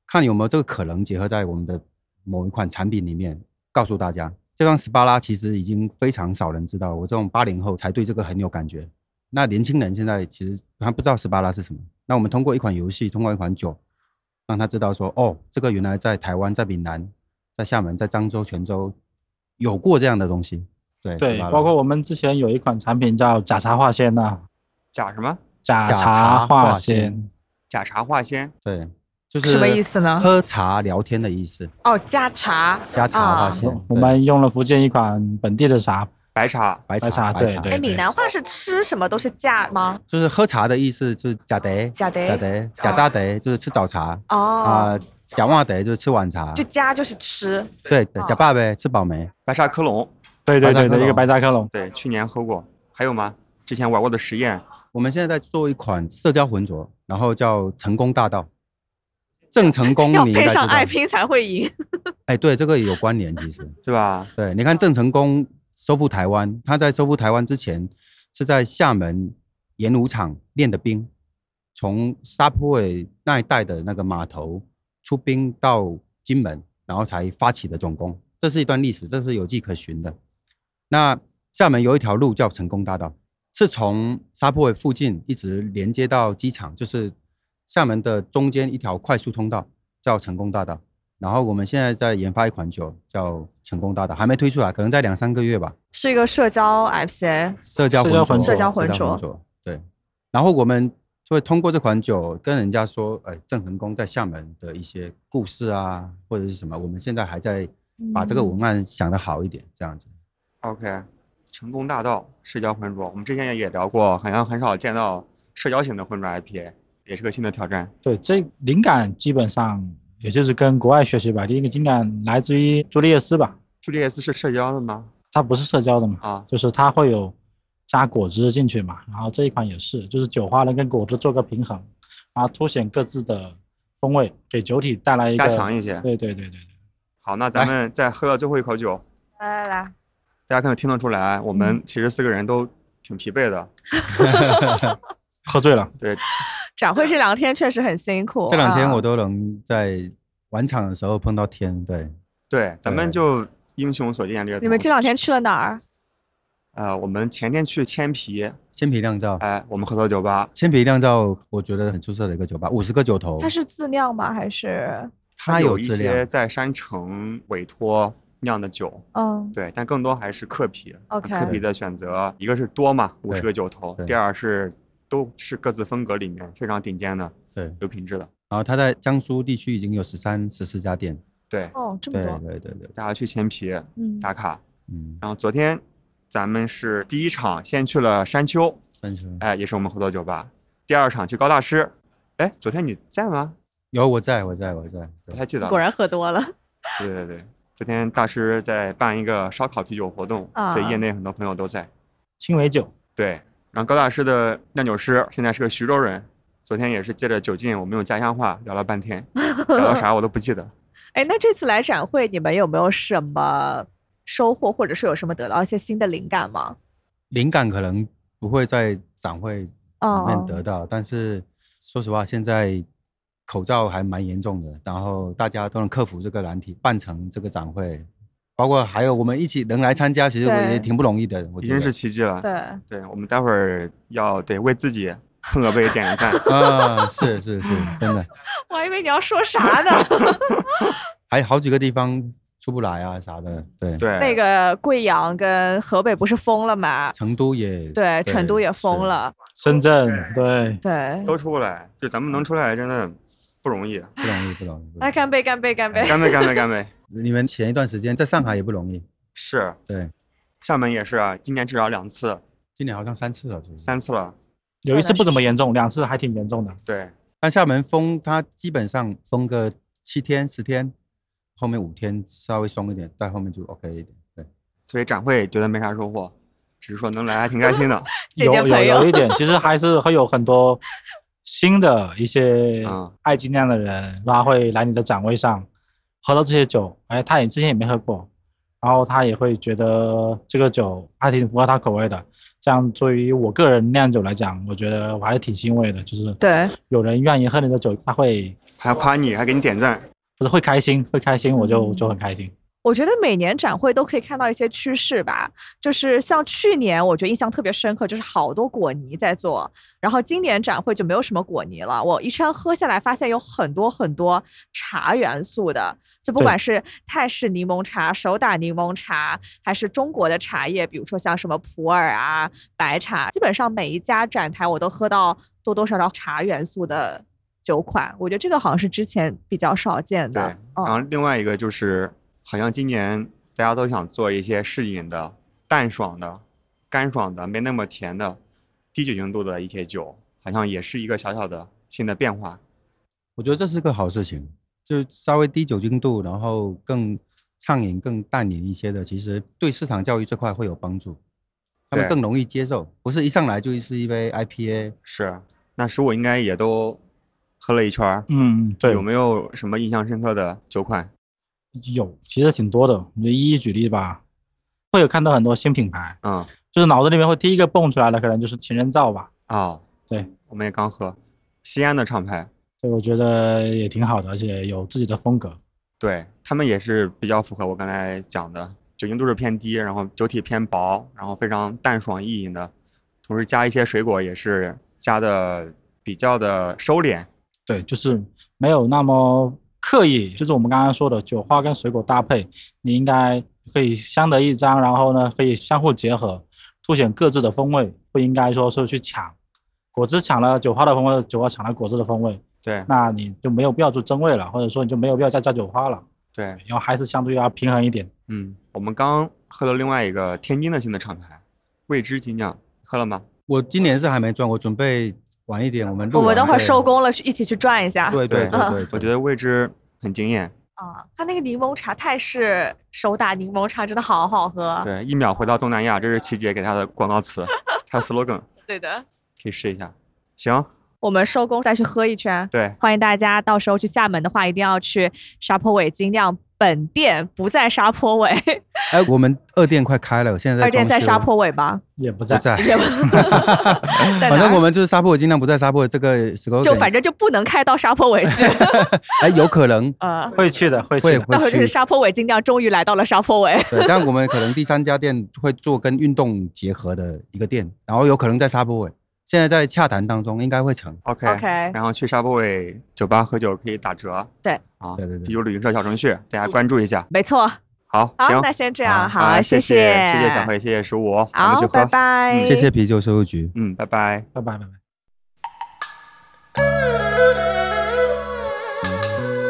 [SPEAKER 4] 看有没有这个可能结合在我们的某一款产品里面，告诉大家。这张斯巴拉其实已经非常少人知道了，我这种八零后才对这个很有感觉。那年轻人现在其实他不知道斯巴拉是什么。那我们通过一款游戏，通过一款酒，让他知道说，哦，这个原来在台湾、在闽南、在厦门、在漳州、泉州有过这样的东西。对
[SPEAKER 5] 对
[SPEAKER 4] 斯巴，拉
[SPEAKER 5] 包括我们之前有一款产品叫假茶化纤啊呐，
[SPEAKER 2] 假什么？
[SPEAKER 5] 假
[SPEAKER 4] 假
[SPEAKER 5] 茶
[SPEAKER 4] 茶化
[SPEAKER 5] 化纤
[SPEAKER 4] 纤，
[SPEAKER 2] 假茶化纤？
[SPEAKER 4] 对，就是
[SPEAKER 3] 什么意思呢
[SPEAKER 4] 喝茶聊天的意思，
[SPEAKER 3] 哦，加茶。
[SPEAKER 4] 加茶
[SPEAKER 3] 啊
[SPEAKER 4] 话先。
[SPEAKER 5] 我
[SPEAKER 4] 对
[SPEAKER 5] 们用了福建一款本地的茶，
[SPEAKER 2] 白茶？
[SPEAKER 4] 白
[SPEAKER 5] 白茶
[SPEAKER 4] 茶，白
[SPEAKER 5] 对
[SPEAKER 4] 茶
[SPEAKER 5] 对
[SPEAKER 3] 哎，闽南话是吃什么都是加吗？
[SPEAKER 4] 就是喝茶的意思，就是假得
[SPEAKER 3] 假得
[SPEAKER 4] 假得假扎得，就是吃早茶
[SPEAKER 3] 哦，
[SPEAKER 4] 啊，假旺得就是吃晚茶
[SPEAKER 3] 就，加就是吃。
[SPEAKER 4] 对对，假
[SPEAKER 3] 哦
[SPEAKER 4] 爸呗，吃饱没？
[SPEAKER 2] 白茶科隆？
[SPEAKER 5] 对
[SPEAKER 4] 白
[SPEAKER 5] 对对
[SPEAKER 4] 砂
[SPEAKER 5] 对，
[SPEAKER 4] 克
[SPEAKER 5] 一个
[SPEAKER 4] 隆
[SPEAKER 5] 白砂克隆，
[SPEAKER 2] 对，去年喝过。还有吗？之前玩过的实验，
[SPEAKER 4] 我们现在在做一款社交浑浊，然后叫成功大道。郑成 功，
[SPEAKER 3] 要
[SPEAKER 4] 你应该
[SPEAKER 3] 配
[SPEAKER 4] 知道
[SPEAKER 3] 上。爱拼才会赢。
[SPEAKER 4] 哎，对，这个也有关联，其实。
[SPEAKER 2] 对吧？
[SPEAKER 4] 对，你看郑成功收复台湾，他在收复台湾之前是在厦门演武场练的兵，从沙坡尾那一带的那个码头出兵到金门，然后才发起的总攻。这是一段历史，这是有迹可循的。那厦门有一条路叫成功大道，是从沙坡尾附近一直连接到机场，就是厦门的中间一条快速通道，叫成功大道。然后我们现在在研发一款酒，叫成功大道，还没推出啊来，可能在两三个月吧。
[SPEAKER 3] 是一个社交 IPA，
[SPEAKER 4] 社交
[SPEAKER 5] 社
[SPEAKER 4] 浑浊，
[SPEAKER 5] 交浑
[SPEAKER 3] 社交浑浊
[SPEAKER 4] 浊，对。然后我们就会通过这款酒跟人家说，哎，郑成功在厦门的一些故事啊，或者是什么，我们现在还在把这个
[SPEAKER 3] 嗯
[SPEAKER 4] 文案想得好一点，这样子。
[SPEAKER 2] OK，成功大道社交浑浊，我们之前也聊过，好像很少见到社交型的浑浊 IPA，也是个新的挑战。
[SPEAKER 5] 对，这灵感基本上也就是跟国外学习吧。第一个灵感来自于朱丽叶斯吧，
[SPEAKER 2] 朱丽叶斯是社交的吗？
[SPEAKER 5] 它不是社交的嘛，
[SPEAKER 2] 啊，
[SPEAKER 5] 就是它会有加果汁进去嘛。然后这一款也是，就是酒花能跟果汁做个平衡，然后凸显各自的风味，给酒体带来一个
[SPEAKER 2] 加强一些。
[SPEAKER 5] 对对对对对，
[SPEAKER 2] 好，那咱们再喝到最后一口酒，
[SPEAKER 3] 来来来，
[SPEAKER 2] 大家可能听得出来，我们其实四个人都挺疲惫的。
[SPEAKER 5] 喝醉了，
[SPEAKER 2] 对，
[SPEAKER 3] 展会这两天确实很辛苦。
[SPEAKER 4] 这两天
[SPEAKER 3] 啊
[SPEAKER 4] 我都能在晚场的时候碰到天，对，
[SPEAKER 2] 对，咱们
[SPEAKER 4] 对
[SPEAKER 2] 就英雄所见略同。
[SPEAKER 3] 你们这两天去了哪儿？
[SPEAKER 2] 呃，我们前天去千皮，
[SPEAKER 4] 千皮酿造，
[SPEAKER 2] 哎，我们合作酒吧，
[SPEAKER 4] 千皮酿造，我觉得很出色的一个酒吧，五十个酒头
[SPEAKER 3] 它，是自酿吗？还是
[SPEAKER 2] 它
[SPEAKER 4] 有
[SPEAKER 2] 一
[SPEAKER 4] 质
[SPEAKER 2] 些
[SPEAKER 4] 量，
[SPEAKER 2] 在山城委托酿的酒，
[SPEAKER 3] 嗯
[SPEAKER 2] 对，但更多还是克啤。
[SPEAKER 3] OK
[SPEAKER 2] 克啤的选择，一个是多嘛，五十
[SPEAKER 4] 对
[SPEAKER 2] 个酒头；
[SPEAKER 4] 对
[SPEAKER 2] 第二是都是各自风格里面非常顶尖的
[SPEAKER 4] 对，
[SPEAKER 2] 有品质的。
[SPEAKER 4] 然后它在江苏地区已经有十三、十四家店。
[SPEAKER 2] 对，
[SPEAKER 3] 哦，这么
[SPEAKER 4] 对
[SPEAKER 3] 多，
[SPEAKER 4] 对对对，
[SPEAKER 2] 大家去千皮
[SPEAKER 3] 嗯，
[SPEAKER 2] 打卡。
[SPEAKER 4] 嗯，
[SPEAKER 2] 然后昨天咱们是第一场先去了山丘，
[SPEAKER 4] 三十
[SPEAKER 2] 哎，也是我们合作酒吧。第二场去高大师，哎，昨天你在吗？
[SPEAKER 4] 有我在我在我在，
[SPEAKER 2] 不
[SPEAKER 4] 对
[SPEAKER 2] 太记得了。
[SPEAKER 3] 果然喝多了，
[SPEAKER 2] 对对对，昨天大师在办一个烧烤啤酒活动，所以业
[SPEAKER 3] 啊
[SPEAKER 2] 内很多朋友都在。
[SPEAKER 5] 青梅酒，
[SPEAKER 2] 对，然后高大师的酿酒师现在是个徐州人，昨天也是借着酒劲，我们用家乡话聊了半 天，聊到啥我都不记得。
[SPEAKER 3] 哎，那这次来展会，你们有没有什么收获，或者是有什么得到一些新的灵感吗？
[SPEAKER 4] 灵感可能不会在展会里面
[SPEAKER 3] 哦，
[SPEAKER 4] 得到，但是说实话，现在口罩还蛮严重的，然后大家都能克服这个难题，办成这个展会，包括还有我们一起能来参加，其实我也
[SPEAKER 3] 对
[SPEAKER 4] 挺不容易的，我
[SPEAKER 2] 已
[SPEAKER 4] 觉
[SPEAKER 2] 经
[SPEAKER 4] 得
[SPEAKER 2] 是奇迹了。
[SPEAKER 3] 对，
[SPEAKER 2] 对，我们待会儿要对为自己喝杯点个 赞。
[SPEAKER 4] 啊，是是是，真的，
[SPEAKER 3] 我还以为你要说啥呢，
[SPEAKER 4] 还有好几个地方出不来啊啥的，对，
[SPEAKER 2] 对，
[SPEAKER 3] 那个贵阳跟河北不是封了吗？
[SPEAKER 4] 成都也
[SPEAKER 3] 对，成都也封，了，
[SPEAKER 5] 深圳，对，
[SPEAKER 3] 对，
[SPEAKER 2] 都出不来，就咱们能出来真的不容 易。
[SPEAKER 4] 是不容易不容易。不容
[SPEAKER 3] 来
[SPEAKER 4] 易
[SPEAKER 3] 哎干杯，干杯，干杯！
[SPEAKER 2] 干杯，干杯，干杯！
[SPEAKER 4] 你们前一段时间在上海也不容易，
[SPEAKER 2] 是
[SPEAKER 4] 对，
[SPEAKER 2] 厦门也是啊，今年至少两次、
[SPEAKER 4] 今年好像三次了，就是。
[SPEAKER 2] 三次了。
[SPEAKER 5] 有一次不怎么严重，两次还挺严重的。
[SPEAKER 2] 对，
[SPEAKER 4] 但厦门封它基本上封个七天十天，后面五天稍微松一点，但后面就 OK 一点。对，
[SPEAKER 2] 所以展会觉得没啥收获，只是说能来还挺开心的。
[SPEAKER 3] 姐
[SPEAKER 5] 有
[SPEAKER 3] 姐
[SPEAKER 5] 有
[SPEAKER 3] 朋友
[SPEAKER 5] 有一点，其实还是会有很多新的一些
[SPEAKER 2] 嗯
[SPEAKER 5] 爱精酿的人，他会来你的展位上喝到这些酒，哎，他也之前也没喝过，然后他也会觉得这个酒还挺符合他口味的。这样对于我个人酿酒来讲，我觉得我还是挺欣慰的，就 是
[SPEAKER 3] 对，
[SPEAKER 5] 有人愿意喝你的酒，他会
[SPEAKER 2] 还夸你，还给你点赞。
[SPEAKER 5] 不是会开心，会开心，我就
[SPEAKER 3] 嗯
[SPEAKER 5] 就很开心。
[SPEAKER 3] 我觉得每年展会都可以看到一些趋势吧，就是像去年，我觉得印象特别深刻，就是好多果泥在做，然后今年展会就没有什么果泥了。我一圈喝下来，发现有很多很多茶元素的，就不
[SPEAKER 5] 对
[SPEAKER 3] 管是泰式柠檬茶、手打柠檬茶，还是中国的茶叶，比如说像什么普洱啊、白茶，基本上每一家展台我都喝到多多少少茶元素的酒款。我觉得这个好像是之前比较少见
[SPEAKER 2] 对
[SPEAKER 3] 的。，
[SPEAKER 2] 然后
[SPEAKER 3] 嗯，
[SPEAKER 2] 另外一个就是，好像今年大家都想做一些适饮的、淡爽的、干爽的、没那么甜的、低酒精度的一些酒，好像也是一个小小的新的变化。
[SPEAKER 4] 我觉得这是个好事情，就稍微低酒精度，然后更畅饮、更淡饮一些的，其实对市场教育这块会有帮助，他们
[SPEAKER 2] 对
[SPEAKER 4] 更容易接受，不是一上来就是一杯 IPA。
[SPEAKER 2] 是，那十五应该也都喝了一圈儿，
[SPEAKER 5] 嗯，对，
[SPEAKER 2] 有没有什么印象深刻的酒款？
[SPEAKER 5] 有，其实挺多的。我就一一举例吧，会有看到很多新品牌，
[SPEAKER 2] 嗯，
[SPEAKER 5] 就是脑子里面会第一个蹦出来的，可能就是情人皂吧。
[SPEAKER 2] 哦，
[SPEAKER 5] 对，
[SPEAKER 2] 我们也刚喝，西安的厂牌，
[SPEAKER 5] 所以我觉得也挺好的，而且有自己的风格。
[SPEAKER 2] 对他们也是比较符合我刚才讲的，酒精度数偏低，然后酒体偏薄，然后非常淡爽易饮的，同时加一些水果也是加的比较的收敛。
[SPEAKER 5] 对，就是没有那么刻意，就是我们刚刚说的酒花跟水果搭配，你应该可以相得益彰，然后呢可以相互结合，凸显各自的风味，不应该说是去抢。果汁抢了酒花的风味，酒花抢了果汁的风味，
[SPEAKER 2] 对
[SPEAKER 5] 那你就没有必要做真味了，或者说你就没有必要再加酒花了，
[SPEAKER 2] 对，
[SPEAKER 5] 然后还是相对要平衡一点。
[SPEAKER 2] 嗯，我们刚喝了另外一个天津的新的厂牌，未知精酿，喝了吗？
[SPEAKER 4] 我今年是还没赚，我准备晚一点，我们录
[SPEAKER 3] 我们
[SPEAKER 4] 完
[SPEAKER 3] 等会儿
[SPEAKER 4] 再
[SPEAKER 3] 收。工啊嗯了，去一起去转一下。
[SPEAKER 4] 对对
[SPEAKER 2] 对
[SPEAKER 4] 对对，
[SPEAKER 2] 我
[SPEAKER 4] 对
[SPEAKER 2] 觉得未知很惊艳，
[SPEAKER 3] 啊，它那个柠檬茶泰式手打柠檬茶真的好好喝。
[SPEAKER 2] 对，一秒回到东南亚，这是琪姐给他的广告词，他 slogan
[SPEAKER 3] 对的，
[SPEAKER 2] 可以试一下。行，
[SPEAKER 3] 我们收工再去喝一圈。
[SPEAKER 2] 对，
[SPEAKER 3] 欢迎大家到时候去厦门的话，一定要去沙坡尾精酿本店，不在沙坡尾，
[SPEAKER 4] 哎，我们二店快开了，现在
[SPEAKER 3] 二店
[SPEAKER 4] 装
[SPEAKER 3] 在沙
[SPEAKER 4] 修
[SPEAKER 3] 坡尾吧？
[SPEAKER 5] 也不
[SPEAKER 4] 不
[SPEAKER 5] 在，
[SPEAKER 4] 在，
[SPEAKER 3] 也不在哪
[SPEAKER 4] 反正嗯我
[SPEAKER 3] 儿？
[SPEAKER 4] 们就是沙坡，尽量不在沙坡这个时候。
[SPEAKER 3] 就反正就不能开到沙坡尾去。
[SPEAKER 4] 哎，有可 能
[SPEAKER 3] 呃，
[SPEAKER 5] 会去的，会去
[SPEAKER 4] 会
[SPEAKER 5] 的。
[SPEAKER 3] 到时
[SPEAKER 4] 会
[SPEAKER 3] 候就是
[SPEAKER 4] 去，
[SPEAKER 3] 沙坡尾精酿终于来到了沙坡尾。
[SPEAKER 4] 对，但我们可能第三家店会做跟运动结合的一个店，然后有可能在沙坡尾，哎现在在洽谈当中，应该会成。
[SPEAKER 2] OK
[SPEAKER 3] OK
[SPEAKER 2] 然后去沙坡尾酒吧喝酒可以打折。
[SPEAKER 3] 对
[SPEAKER 2] 啊，
[SPEAKER 4] 对对对嗯
[SPEAKER 2] 啤酒旅行社小程序，大家关注一下。
[SPEAKER 3] 没错，
[SPEAKER 2] 好，
[SPEAKER 3] 好
[SPEAKER 2] 行，，
[SPEAKER 3] 那先这样，
[SPEAKER 2] 好，啊
[SPEAKER 3] 好，
[SPEAKER 2] 谢
[SPEAKER 3] 谢，
[SPEAKER 2] 谢谢小，慧，谢谢十五，咱们去喝，
[SPEAKER 3] 好，拜拜，
[SPEAKER 4] 嗯谢谢啤酒收入局。
[SPEAKER 2] 嗯，拜拜。
[SPEAKER 5] 拜拜拜拜。
[SPEAKER 1] Thank you.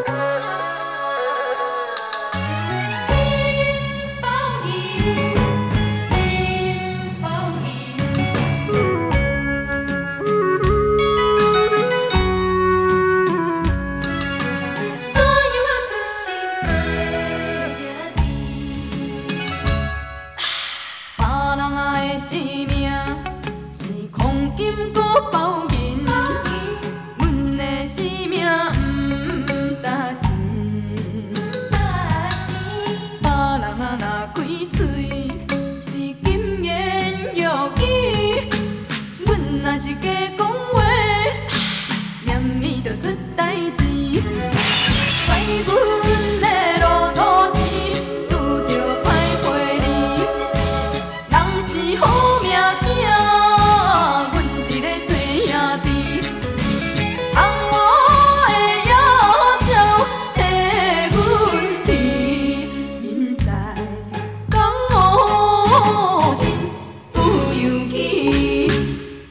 [SPEAKER 1] 지파이군내로 도시 두려파이회리人是好命囝，阮伫咧做兄弟。红毛的野鸟替阮啼，明知讲无心不由己。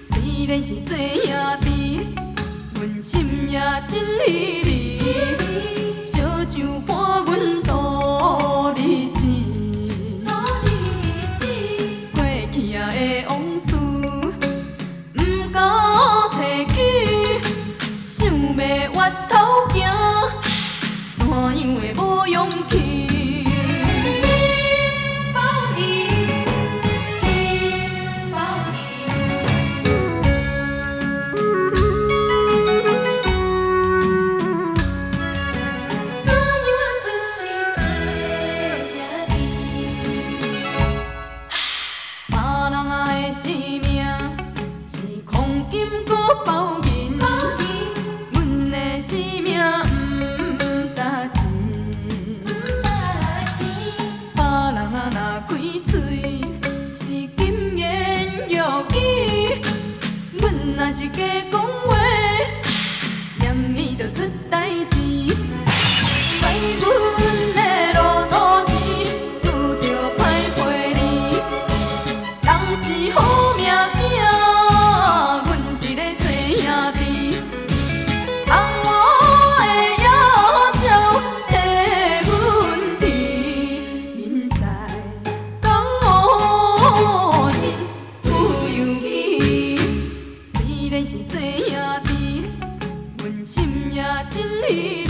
[SPEAKER 1] 虽然是做兄弟，阮心也真稀微。小酒伴阮度日子，度日子过去啊的往事，毋敢提起，想要越头行，怎样会无勇气？天保你，天保你。怎样就是做兄弟？别人啊的性命是黄金搁包银，阮的性命毋值钱。别人啊若开嘴是金言玉语，阮若是假讲话，念伊就出代志。歹阮的路途是拄着歹陪你。人是好命囝，阮伫咧做兄弟。红毛的野鸟替阮啼，明知讲无心不由己。虽然是做兄弟，阮心也真稀